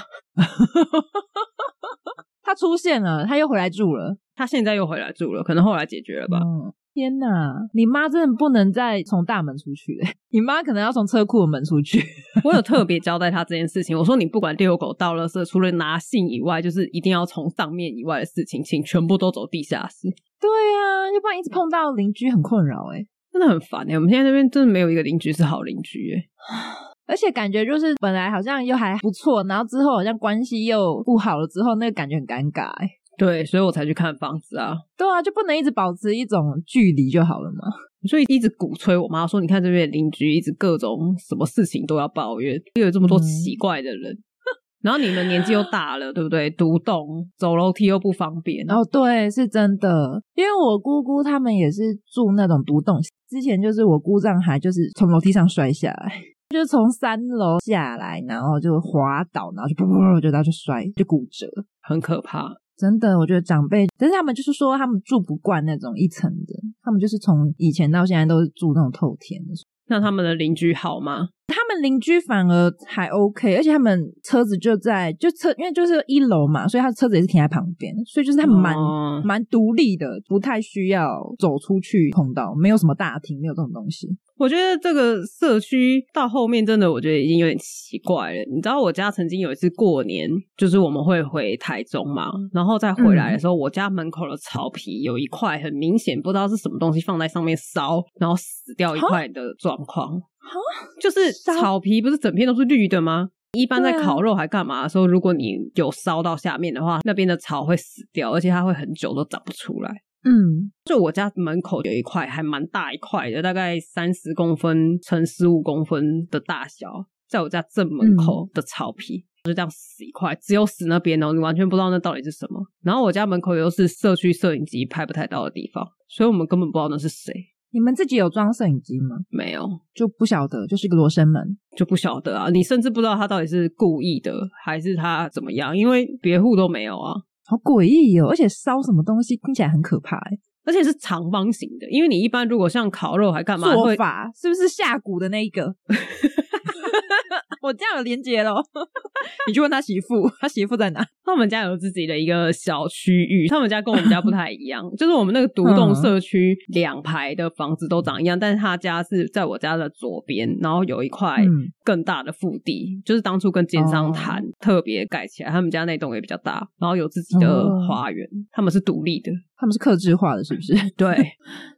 她出现了，她又回来住了。她现在又回来住了，可能后来解决了吧。嗯，天哪，你妈真的不能再从大门出去了，你妈可能要从车库的门出去。 *laughs* 我有特别交代她这件事情，我说你不管遛狗、倒垃圾，除了拿信以外，就是一定要从上面以外的事情，请全部都走地下室，对啊，要不然一直碰到邻居很困扰哎、真的很烦哎、我们现在这边真的没有一个邻居是好邻居哎、而且感觉就是本来好像又还不错，然后之后好像关系又不好了，之后那个感觉很尴尬、欸。对，所以我才去看房子啊。对啊，就不能一直保持一种距离就好了嘛。所以一直鼓吹我妈说，你看这边的邻居一直各种什么事情都要抱怨，又有这么多嗯奇怪的人。 *laughs* 然后你们年纪又大了，对不对？独栋走楼梯又不方便，哦，对，是真的，因为我姑姑他们也是住那种独栋，之前就是我姑丈还就是从楼梯上摔下来，就是从三楼下来，然后就滑倒，然后就噗噗噗，就然后就摔，就骨折。很可怕。真的，我觉得长辈，但是他们就是说他们住不惯那种一层的，他们就是从以前到现在都是住那种透天的。那他们的邻居好吗？他们邻居反而还 OK，而且他们车子就在就车，因为就是一楼嘛，所以他的车子也是停在旁边，所以就是他们蛮、哦蛮独立的，不太需要走出去碰到，没有什么大厅，没有这种东西。我觉得这个社区到后面真的，我觉得已经有点奇怪了。你知道我家曾经有一次过年，就是我们会回台中嘛，然后再回嗯来的时候，我家门口的草皮有一块很明显不知道是什么东西放在上面烧，然后死掉一块的状况。就是烧草皮不是整片都是绿的吗？一般在对啊烤肉还干嘛的时候，如果你有烧到下面的话，那边的草会死掉，而且它会很久都长不出来。嗯，就我家门口有一块还蛮大一块的，大概三十公分乘十五公分的大小，在我家正门口的草皮。就这样死一块，只有死那边哦，你完全不知道那到底是什么。然后我家门口又是社区摄影机拍不太到的地方，所以我们根本不知道那是谁，你们自己有装摄影机吗？没有就不晓得，就是一个罗生门。就不晓得啊。你甚至不知道他到底是故意的还是他怎么样，因为别户都没有啊，好诡异哦！而且烧什么东西听起来很可怕哎，而且是长方形的。因为你一般如果像烤肉还干嘛做会法是不是下蛊的那一个？ *laughs* 我这样有连接咯， *laughs* 你去问他媳妇，他媳妇在哪？他们家有自己的一个小区域，他们家跟我们家不太一 *laughs* 样，就是我们那个独栋社区两排的房子都长一样，但是他家是在我家的左边，然后有一块嗯更大的腹地，就是当初跟建商谈、特别盖起来，他们家那栋也比较大，然后有自己的哦花园，他们是独立的，他们是克制化的，是不 *laughs* 是？对，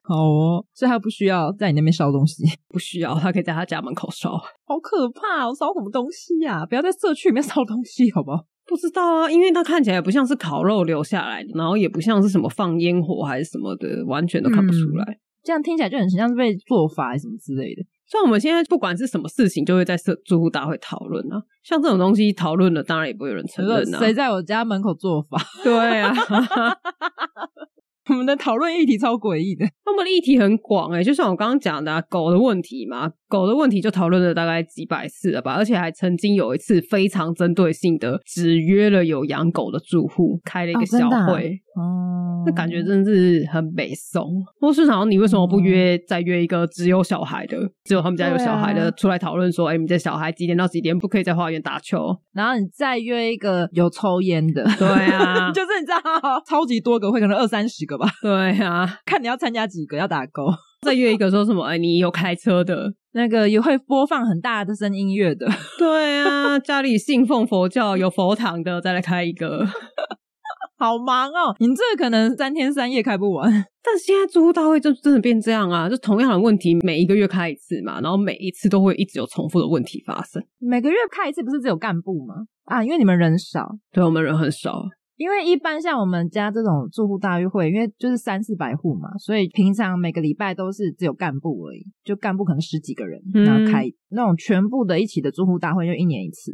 好哦，所以他不需要在你那边烧东西， *laughs* *laughs* 不需要，他可以在他家门口烧。好可怕、哦！烧什么东西呀、不要在社区里面烧东西，好不好？不知道啊，因为它看起来也不像是烤肉留下来的，然后也不像是什么放烟火还是什么的，完全都看不出来。这样听起来就很像是被做法什么之类的。像我们现在不管是什么事情，就会在社住户大会讨论啊。像这种东西讨论了，当然也不会有人承认啊。谁在我家门口做法？ *laughs* 对啊， *laughs* 我们的讨论议题超诡异的。他们的议题很广哎、就像我刚刚讲的、啊、狗的问题嘛，狗的问题就讨论了大概几百次了吧，而且还曾经有一次非常针对性的只约了有养狗的住户开了一个哦真小的啊会，哦那感觉真的是很美松。我是想说，你为什么不约、再约一个只有小孩的，只有他们家有小孩的、哦对啊出来讨论说，哎、你们家小孩几点到几点不可以在花园打球？然后你再约一个有抽烟的，，对啊 *laughs* *laughs* 就是你知道，超级多个会可能二三十个吧，对啊，看你要参加几个，要打勾。再约一个说什么？哎，你有开车的？那个也会播放很大的声音乐的， *laughs* 对啊，家里信奉佛教有佛堂的，再来开一个。好忙哦！你这个可能三天三夜开不完。但现在租户大会就真的变这样啊，就同样的问题，每一个月开一次嘛，然后每一次都会一直有重复的问题发生。每个月开一次，不是只有干部吗？啊，因为你们人少，对啊我们人很少，因为一般像我们家这种住户大聚会，因为就是三四百户嘛，所以平常每个礼拜都是只有干部而已，就干部可能十几个人，嗯然后开那种全部的一起的住户大会，就一年一次。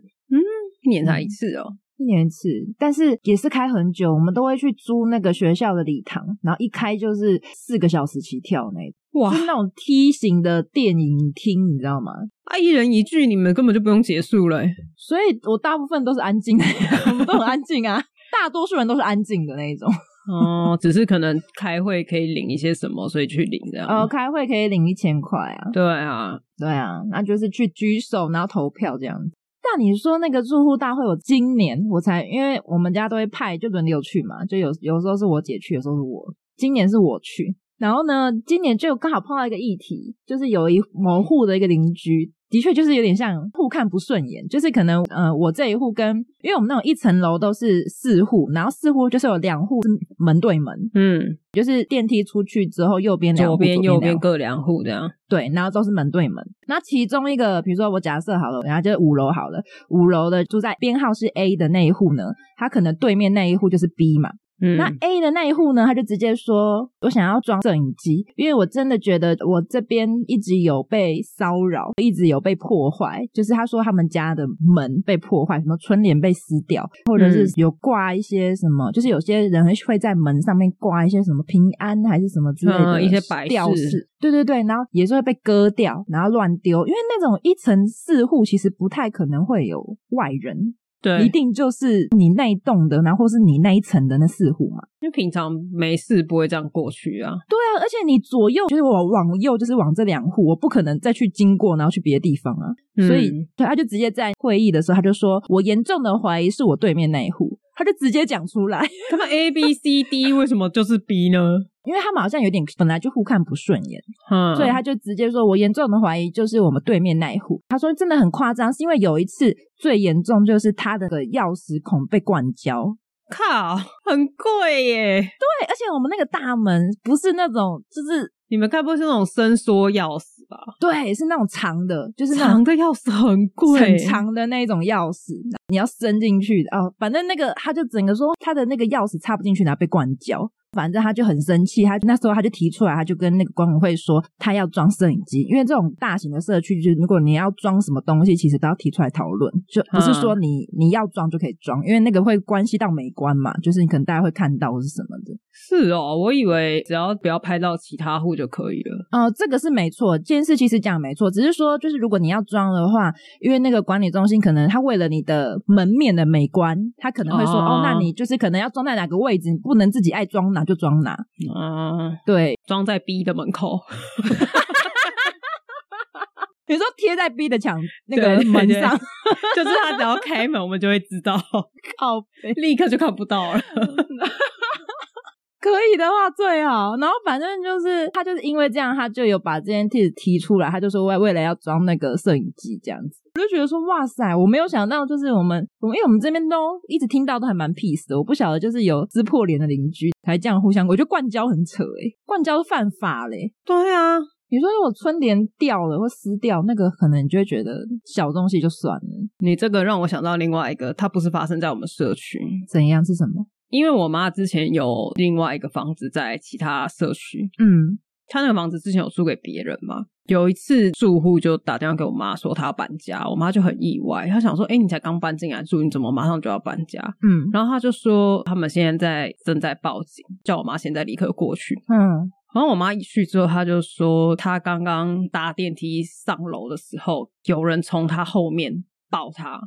一年才一次哦、一年一次，但是也是开很久，我们都会去租那个学校的礼堂，然后一开就是四个小时起跳那种，哇就是那种梯形的电影厅，你知道吗？啊，一人一句，你们根本就不用结束了欸、所以我大部分都是安静的，我们都很安静啊， *laughs* 大多数人都是安静的那一种。哦，只是可能开会可以领一些什么，所以去领这样。呃，开会可以领一千块啊，对啊，对啊，那就是去举手然后投票这样子。但你说那个住户大会，我今年我才，因为我们家都会派，就轮流去嘛，就有有时候是我姐去，有时候是我，今年是我去。然后呢，今年就刚好碰到一个议题，就是有一某户的一个邻居，的确就是有点像互看不顺眼，就是可能呃，我这一户跟，因为我们那种一层楼都是四户，然后四户就是有两户是门对门，嗯，就是电梯出去之后，右边两左户，边右两边户各两户这样。对，然后都是门对门。那其中一个，比如说我假设好了，然后就是五楼好了，五楼的住在编号是 A 的那一户呢，他可能对面那一户就是 B 嘛。嗯，那 A 的那一户呢，他就直接说：“我想要装摄影机，因为我真的觉得我这边一直有被骚扰，一直有被破坏。就是他说他们家的门被破坏，什么春联被撕掉，或者是嗯有挂一些什么，就是有些人会在门上面挂一些什么平安还是什么之类的、嗯一些摆吊饰饰，对对对，然后也是会被割掉，然后乱丢，因为那种一层四户其实不太可能会有外人，对，一定就是你那一栋的，然后或是你那一层的那四户嘛。因为平常没事不会这样过去啊。对啊，而且你左右就是我往右就是往这两户，我不可能再去经过，然后去别的地方啊。所以嗯，对，他就直接在会议的时候，他就说我严重的怀疑是我对面那一户，他就直接讲出来，他们 A B C *laughs* D 为什么就是 B 呢？因为他们好像有点本来就互看不顺眼，嗯，所以他就直接说我严重的怀疑就是我们对面那一户。他说真的很夸张，是因为有一次最严重就是他的钥匙孔被灌胶，靠，很贵耶！对，而且我们那个大门不是那种就是。你们该不会是那种伸缩钥匙吧？对，是那种长的，就是那长种的钥匙很贵，很。长的那种钥匙，你要伸进去哦。反正那个他就整个说他的那个钥匙插不进去，然后被灌胶。反正他就很生气，他那时候他就提出来，他就跟那个管委会说他要装摄影机，因为这种大型的社区，就是如果你要装什么东西，其实都要提出来讨论，就不是说你你要装就可以装，因为那个会关系到美观嘛，就是你可能大家会看到或是什么的。是哦，我以为只要不要拍到其他户就可以了。哦，这个是没错，这件事其实讲得没错，只是说就是如果你要装的话，因为那个管理中心可能他为了你的门面的美观，他可能会说哦哦那你就是可能要装在哪个位置，你不能自己爱装哪就装哪。啊，对，装在 B 的门 *laughs* 口，比如说贴在 B 的墙那对个对门对上， *laughs* 就是他只要开门，我们就会知 *laughs* 道，靠背立刻就看不到了。可以的话最好。然后反正就是他就是因为这样，他就有把这件帖子提出来，他就说为为了要装那个摄影机这样子，我就觉得说哇塞，我没有想到就是我们我们因为我们这边都一直听到都还蛮 peace 的，我不晓得就是有撕破脸的邻居还这样互相，我觉得灌胶很扯诶、灌胶是犯法嘞、对啊，你说如果春联掉了或撕掉，那个可能你就会觉得嗯小东西就算了，你这个让我想到另外一个，它不是发生在我们社区，怎样是什么？因为我妈之前有另外一个房子在其他社区，嗯，她那个房子之前有租给别人嘛。有一次住户就打电话给我妈说她要搬家，我妈就很意外，她想说：“哎、你才刚搬进来住，你怎么马上就要搬家？”嗯然后她就说他们现在在正在报警，叫我妈现在立刻过去。嗯，然后我妈一去之后，她就说她刚刚搭电梯上楼的时候，有人从她后面抱她，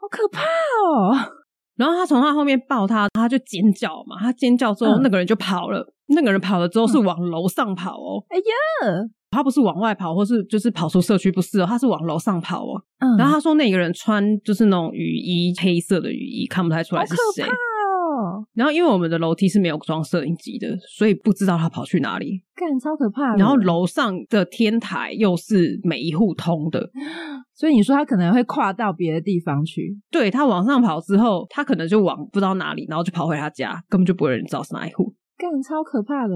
好可怕哦！然后她从她后面抱她，她就尖叫嘛，她尖叫之后，嗯那个人就跑了。那个人跑了之后是往楼上跑哦，哎呀，他不是往外跑，或是就是跑出社区，不是哦，他是往楼上跑哦。嗯然后他说那个人穿就是那种雨衣，黑色的雨衣，看不太出来是谁。哦，然后因为我们的楼梯是没有装摄影机的，所以不知道他跑去哪里。干超可怕的。然后，楼上的天台又是每一户通的，所以你说他可能会跨到别的地方去，对他往上跑之后，他可能就往不知道哪里，然后就跑回他家，根本就不会有人知道是哪一户，干超可怕的。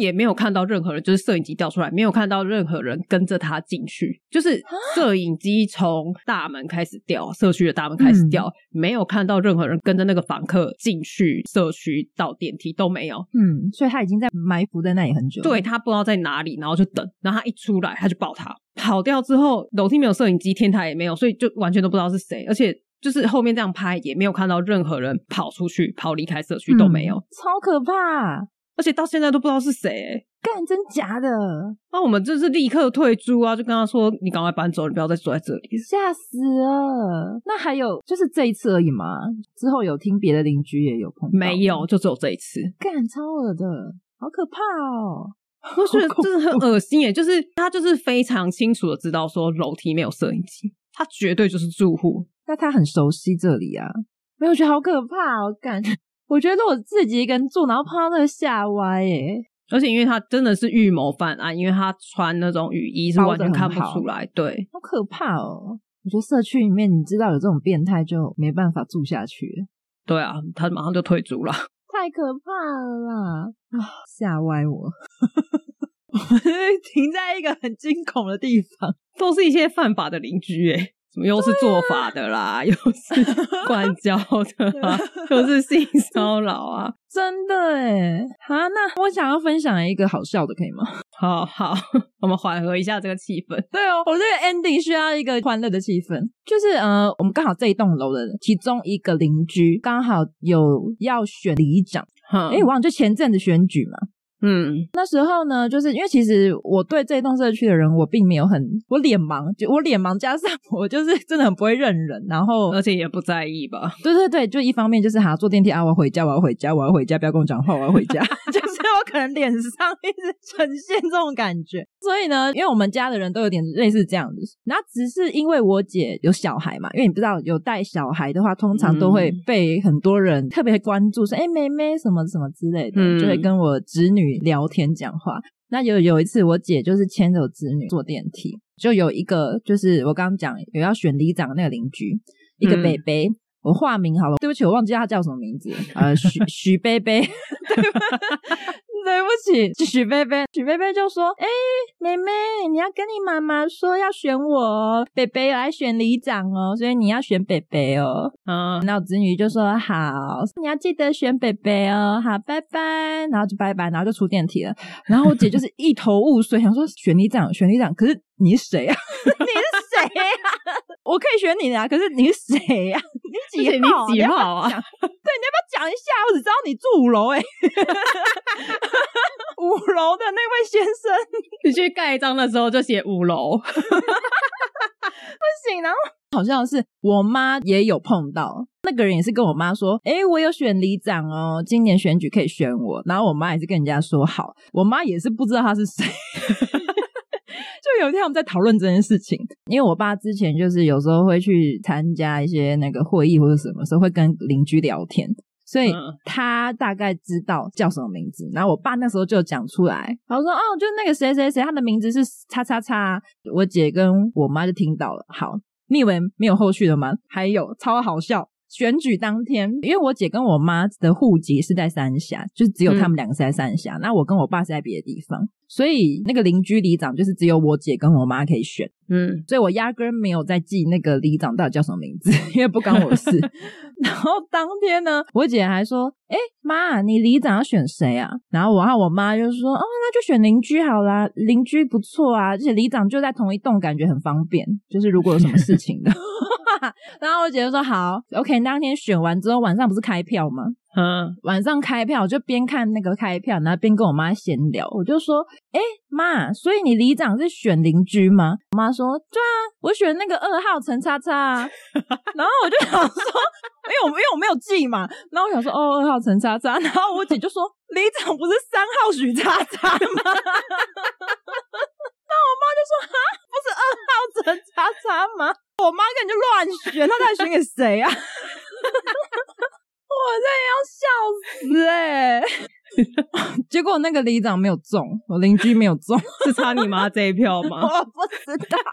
也没有看到任何人，就是摄影机掉出来，没有看到任何人跟着他进去，就是摄影机从大门开始掉，社区的大门开始掉，没有看到任何人跟着那个房客进去社区到电梯都没有，嗯，所以他已经在埋伏在那里很久。对，他不知道在哪里，然后就等，然后他一出来他就抱他，跑掉之后楼梯没有摄影机，天台也没有，所以就完全都不知道是谁，而且就是后面这样拍也没有看到任何人跑出去、跑离开社区都没有，嗯超可怕。而且到现在都不知道是谁、欸。干真假的，啊那我们就是立刻退租啊，就跟他说你赶快搬走，你不要再住在这里。吓死了！那还有就是这一次而已嘛，之后有听别的邻居也有碰到，没有，，就只有这一次。干超恶的，好可怕 *laughs* 哦！我觉得真的很恶心耶，就是他就是非常清楚的知道说楼梯没有摄影机，他绝对就是住户，那他很熟悉这里啊，没有，我觉得好可怕哦！干， *laughs* 我觉得我自己一个人住，然后碰到那个吓歪耶。而且因为他真的是预谋犯案，因为他穿那种雨衣是完全看不出来。对，好可怕哦！我觉得社区里面，你知道有这种变态，就没办法住下去，对啊，他马上就退租了。太可怕了啦！啊，吓歪我！ *laughs* 我们停在一个很惊恐的地方，都是一些犯法的邻居诶，什么又是做法的啦，又是灌教的啦，又是性骚扰啊。真的哎！啊，那我想要分享一个好笑的，可以吗？ *laughs* 好好， *laughs* 我们缓和一下这个气氛。对哦，我这个 ending 需要一个欢乐的气氛，就是呃，我们刚好这一栋楼的其中一个邻居刚好有要选里长，哼哎、我忘了就前阵子选举嘛，嗯，那时候呢，就是因为其实我对这栋社区的人，我并没有很我脸盲，就我脸盲加上我就是真的很不会认人，然后呃而且也不在意吧。对对对，就一方面就是哈、坐电梯啊，我要回家，我要回家，我要回家，不要跟我讲话，我要回家， *laughs* 就是我可能脸上一直呈现这种感觉。所以呢，因为我们家的人都有点类似这样子，然后只是因为我姐有小孩嘛，因为你不知道有带小孩的话，通常都会嗯被很多人特别关注，说哎、妹妹什么什么之类的，嗯就会跟我侄女聊天讲话。那有有一次，我姐就是牵着我侄女坐电梯，就有一个就是我刚刚讲有要选里长的那个邻居，一个嗯北北。我化名好了，对不起，我忘记他叫什么名字，呃，许许贝 *laughs* 贝，对不对不起，就许贝贝，许贝贝就说，哎、妹妹，你要跟你妈妈说要选我哦，北北来选里长哦，所以你要选北北哦。啊，那我子女就说好，你要记得选北北哦，好，拜拜。然后就拜拜，然后就出电梯了。然后我姐就是一头雾水，想说选里长，选里长，可是你是谁啊？ *laughs* 谁呀、我可以选你啊，可是你是谁呀、 *laughs* 你而且几你号啊？几要不要号啊讲对，你要不要讲一下？我只知道你住五楼、欸，哎， *laughs* 五楼的那位先生。 *laughs* 你去盖章的时候就写五楼，不行，然后好像是我妈也有碰到那个人，也是跟我妈说：“诶、我有选里长哦，今年选举可以选我。”然后我妈也是跟人家说好，我妈也是不知道他是谁。 *laughs* 就有一天我们在讨论这件事情，因为我爸之前就是有时候会去参加一些那个会议或者什么时候会跟邻居聊天，所以嗯他大概知道叫什么名字。然后我爸那时候就讲出来，然后说：“哦，就那个谁谁谁，他的名字是叉叉叉。”我姐跟我妈就听到了。好，你以为没有后续了吗？还有超好笑。选举当天，因为我姐跟我妈的户籍是在三峡，就是只有他们两个是在三峡，那我跟我爸是在别的地方，所以那个邻居里长就是只有我姐跟我妈可以选。嗯，所以我压根儿没有在记那个里长到底叫什么名字，因为不关我的事。然后当天呢，我姐还说：“哎、妈，你里长要选谁啊？”然后我和我妈就说：“哦，那就选邻居好啦，邻居不错啊，而且里长就在同一栋，感觉很方便。就是如果有什么事情的。” *laughs* 然后我姐就说：“好，OK。”当天选完之后，晚上不是开票吗？嗯，晚上开票，我就边看那个开票，然后边跟我妈闲聊。我就说：“哎、妈，所以你里长是选邻居吗？”我妈说：“对啊，我选那个二号陈叉叉啊。”然后我就想说，因为我因为我没有记嘛，然后我想说：“哦，二号陈叉叉。”然后我姐就说：“里长不是三号许叉叉吗？”然后我妈就说：“哈，不是二号陈叉叉吗？”我妈根本就乱选，她到底选给谁啊？我真的要笑死哎、 *laughs* 结果那个里长没有中，我邻居没有中，是差你妈这一票吗？ *laughs* 我不知道。 *laughs*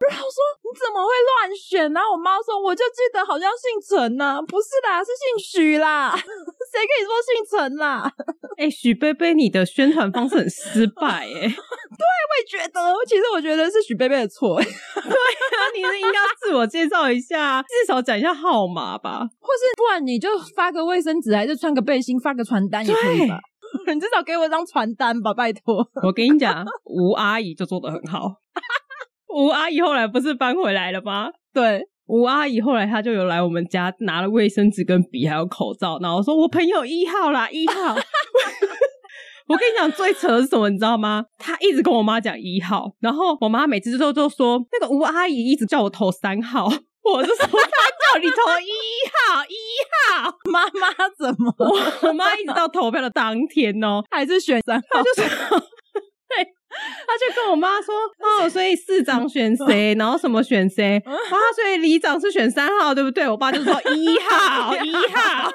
然后说你怎么会乱选？然后我妈说我就记得好像姓陈呢、不是啦，是姓许啦， *laughs* 谁跟你说姓陈啦？哎、许贝贝，你的宣传方式很失败 *laughs* 哎、会觉得，其实我觉得是许贝贝的错、 *laughs* 欸，那你是应该要自我介绍一下，啊至少讲一下号码吧。不然你就发个卫生纸，还是穿个背心，发个传单也可以吧？ *laughs* 你至少给我一张传单吧，拜托。我跟你讲，吴阿姨就做得很好。 *laughs* 吴阿姨后来不是搬回来了吗？对，吴阿姨后来她就有来我们家拿了卫生纸、跟笔还有口罩，然后说：“我朋友一号啦，一号。” *laughs* 我跟你讲最扯的是什么，你知道吗？她一直跟我妈讲一号，然后我妈每次都都说那个吴阿姨一直叫我投三号，我就说她叫你投一号一妈妈怎么号。我妈一直到投票的当天哦，还是选三 *laughs* 号？就是对，他就跟我妈说，哦，所以市长选谁，然后什么选谁，啊，所以里长是选三号，对不对？我爸就说一号，一号，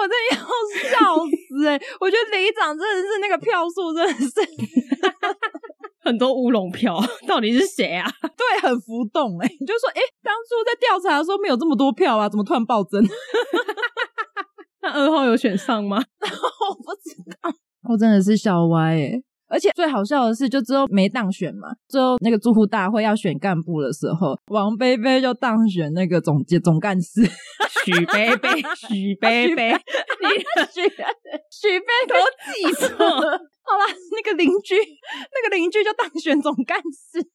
我真的要笑死哎、我觉得里长真的是那个票数真的是很多乌龙票， *laughs* 到底是谁啊？对很浮动哎、你就说哎、当初在调查的时候没有这么多票啊，怎么突然暴增？ *laughs* 那二号有选上吗？我不知道，我真的是笑歪哎、而且最好笑的是，就之后没当选嘛，最后那个住户大会要选干部的时候，王菲菲就当选那个总监总干 *laughs* 事，*laughs* 许贝 *laughs* 贝，啊许贝贝， *laughs* 许许贝菲你记错 *laughs* 了，好啦， *laughs* 那个邻居，那个邻居就当选总干事，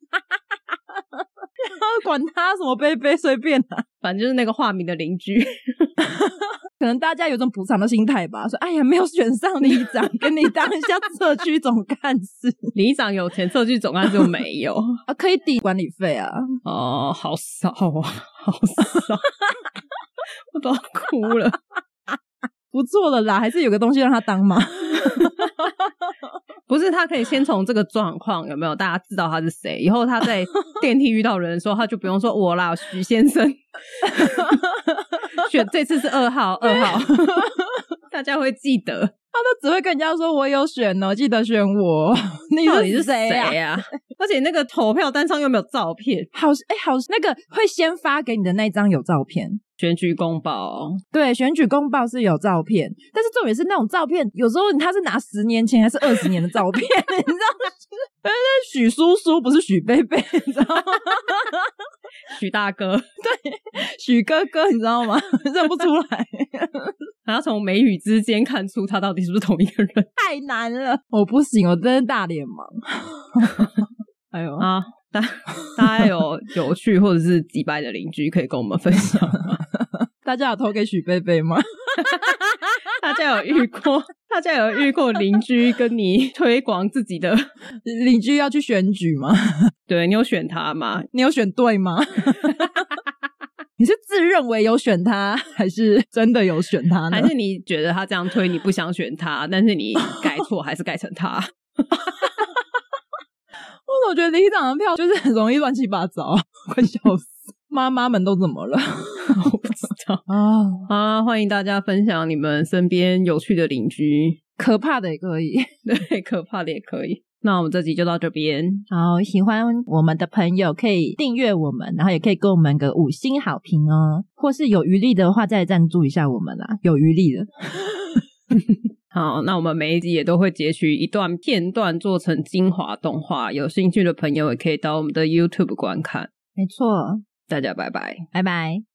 然后管他什么杯杯随便啦、 *laughs* 反正就是那个化名的邻居。可能大家有种补偿的心态吧，说哎呀没有选上里长，跟你当一下社区总干事里长有钱，社区总干事就没有啊，可以抵管理费啊。 *laughs* 哦，好少啊，好少， *laughs* 我都要哭了。不错了啦，还是有个东西让他当嘛。不是，他可以先从这个状况有没有大家知道他是谁，以后他在电梯遇到人的时候，他就不用说我啦，许先生。 *laughs* 选这次是二号，二 *laughs* 号， *laughs* 大家会记得他只会跟人家说我有选哦，记得选我。你到底是谁啊？啊？ *laughs* 而且那个投票单上又没有照片，好哎、好，那个会先发给你的那张有照片。选举公报对，选举公报是有照片，但是重点是那种照片，有时候他是拿十年前还是二十年的照片， *laughs* 你知道？但是许叔叔不是许贝贝， *laughs* 你知道吗？许大哥，许哥哥，你知道吗？ *laughs* 认不出来，然后从眉宇之间看出他到底是不是同一个人太难了，我不行，我真是大脸盲。 *laughs* 哎呦，啊。大大家有有趣或者是击败的邻居可以跟我们分 *laughs* 享，大家有投给许贝贝吗？大家有遇过，大家有遇过邻居跟你推广自己的，邻居要去选举吗？对你有选他吗？你有选对吗？ *laughs* 你是自认为有选他，还是真的有选他呢还？是你觉得他这样推你不想选他，但是你改错还是改成他？ *laughs* 我总觉得里长的票就是很容易乱七八糟，快笑死！妈妈们都怎么 *laughs* 了我不知道啊？啊！欢迎大家分享你们身边有趣的邻居，可怕的也可以。 *laughs* 对，可怕的也可以。那我们这集就到这边， *laughs* 好，喜欢我们的朋友可以订阅我们，然后也可以给我们个五星好评哦。或是有余力的话，再赞助一下我们啦。有余力的，好，那我们每一集也都会截取一段片段做成精华动画，有兴趣的朋友也可以到我们的 YouTube 观看。没错。大家拜拜。拜拜。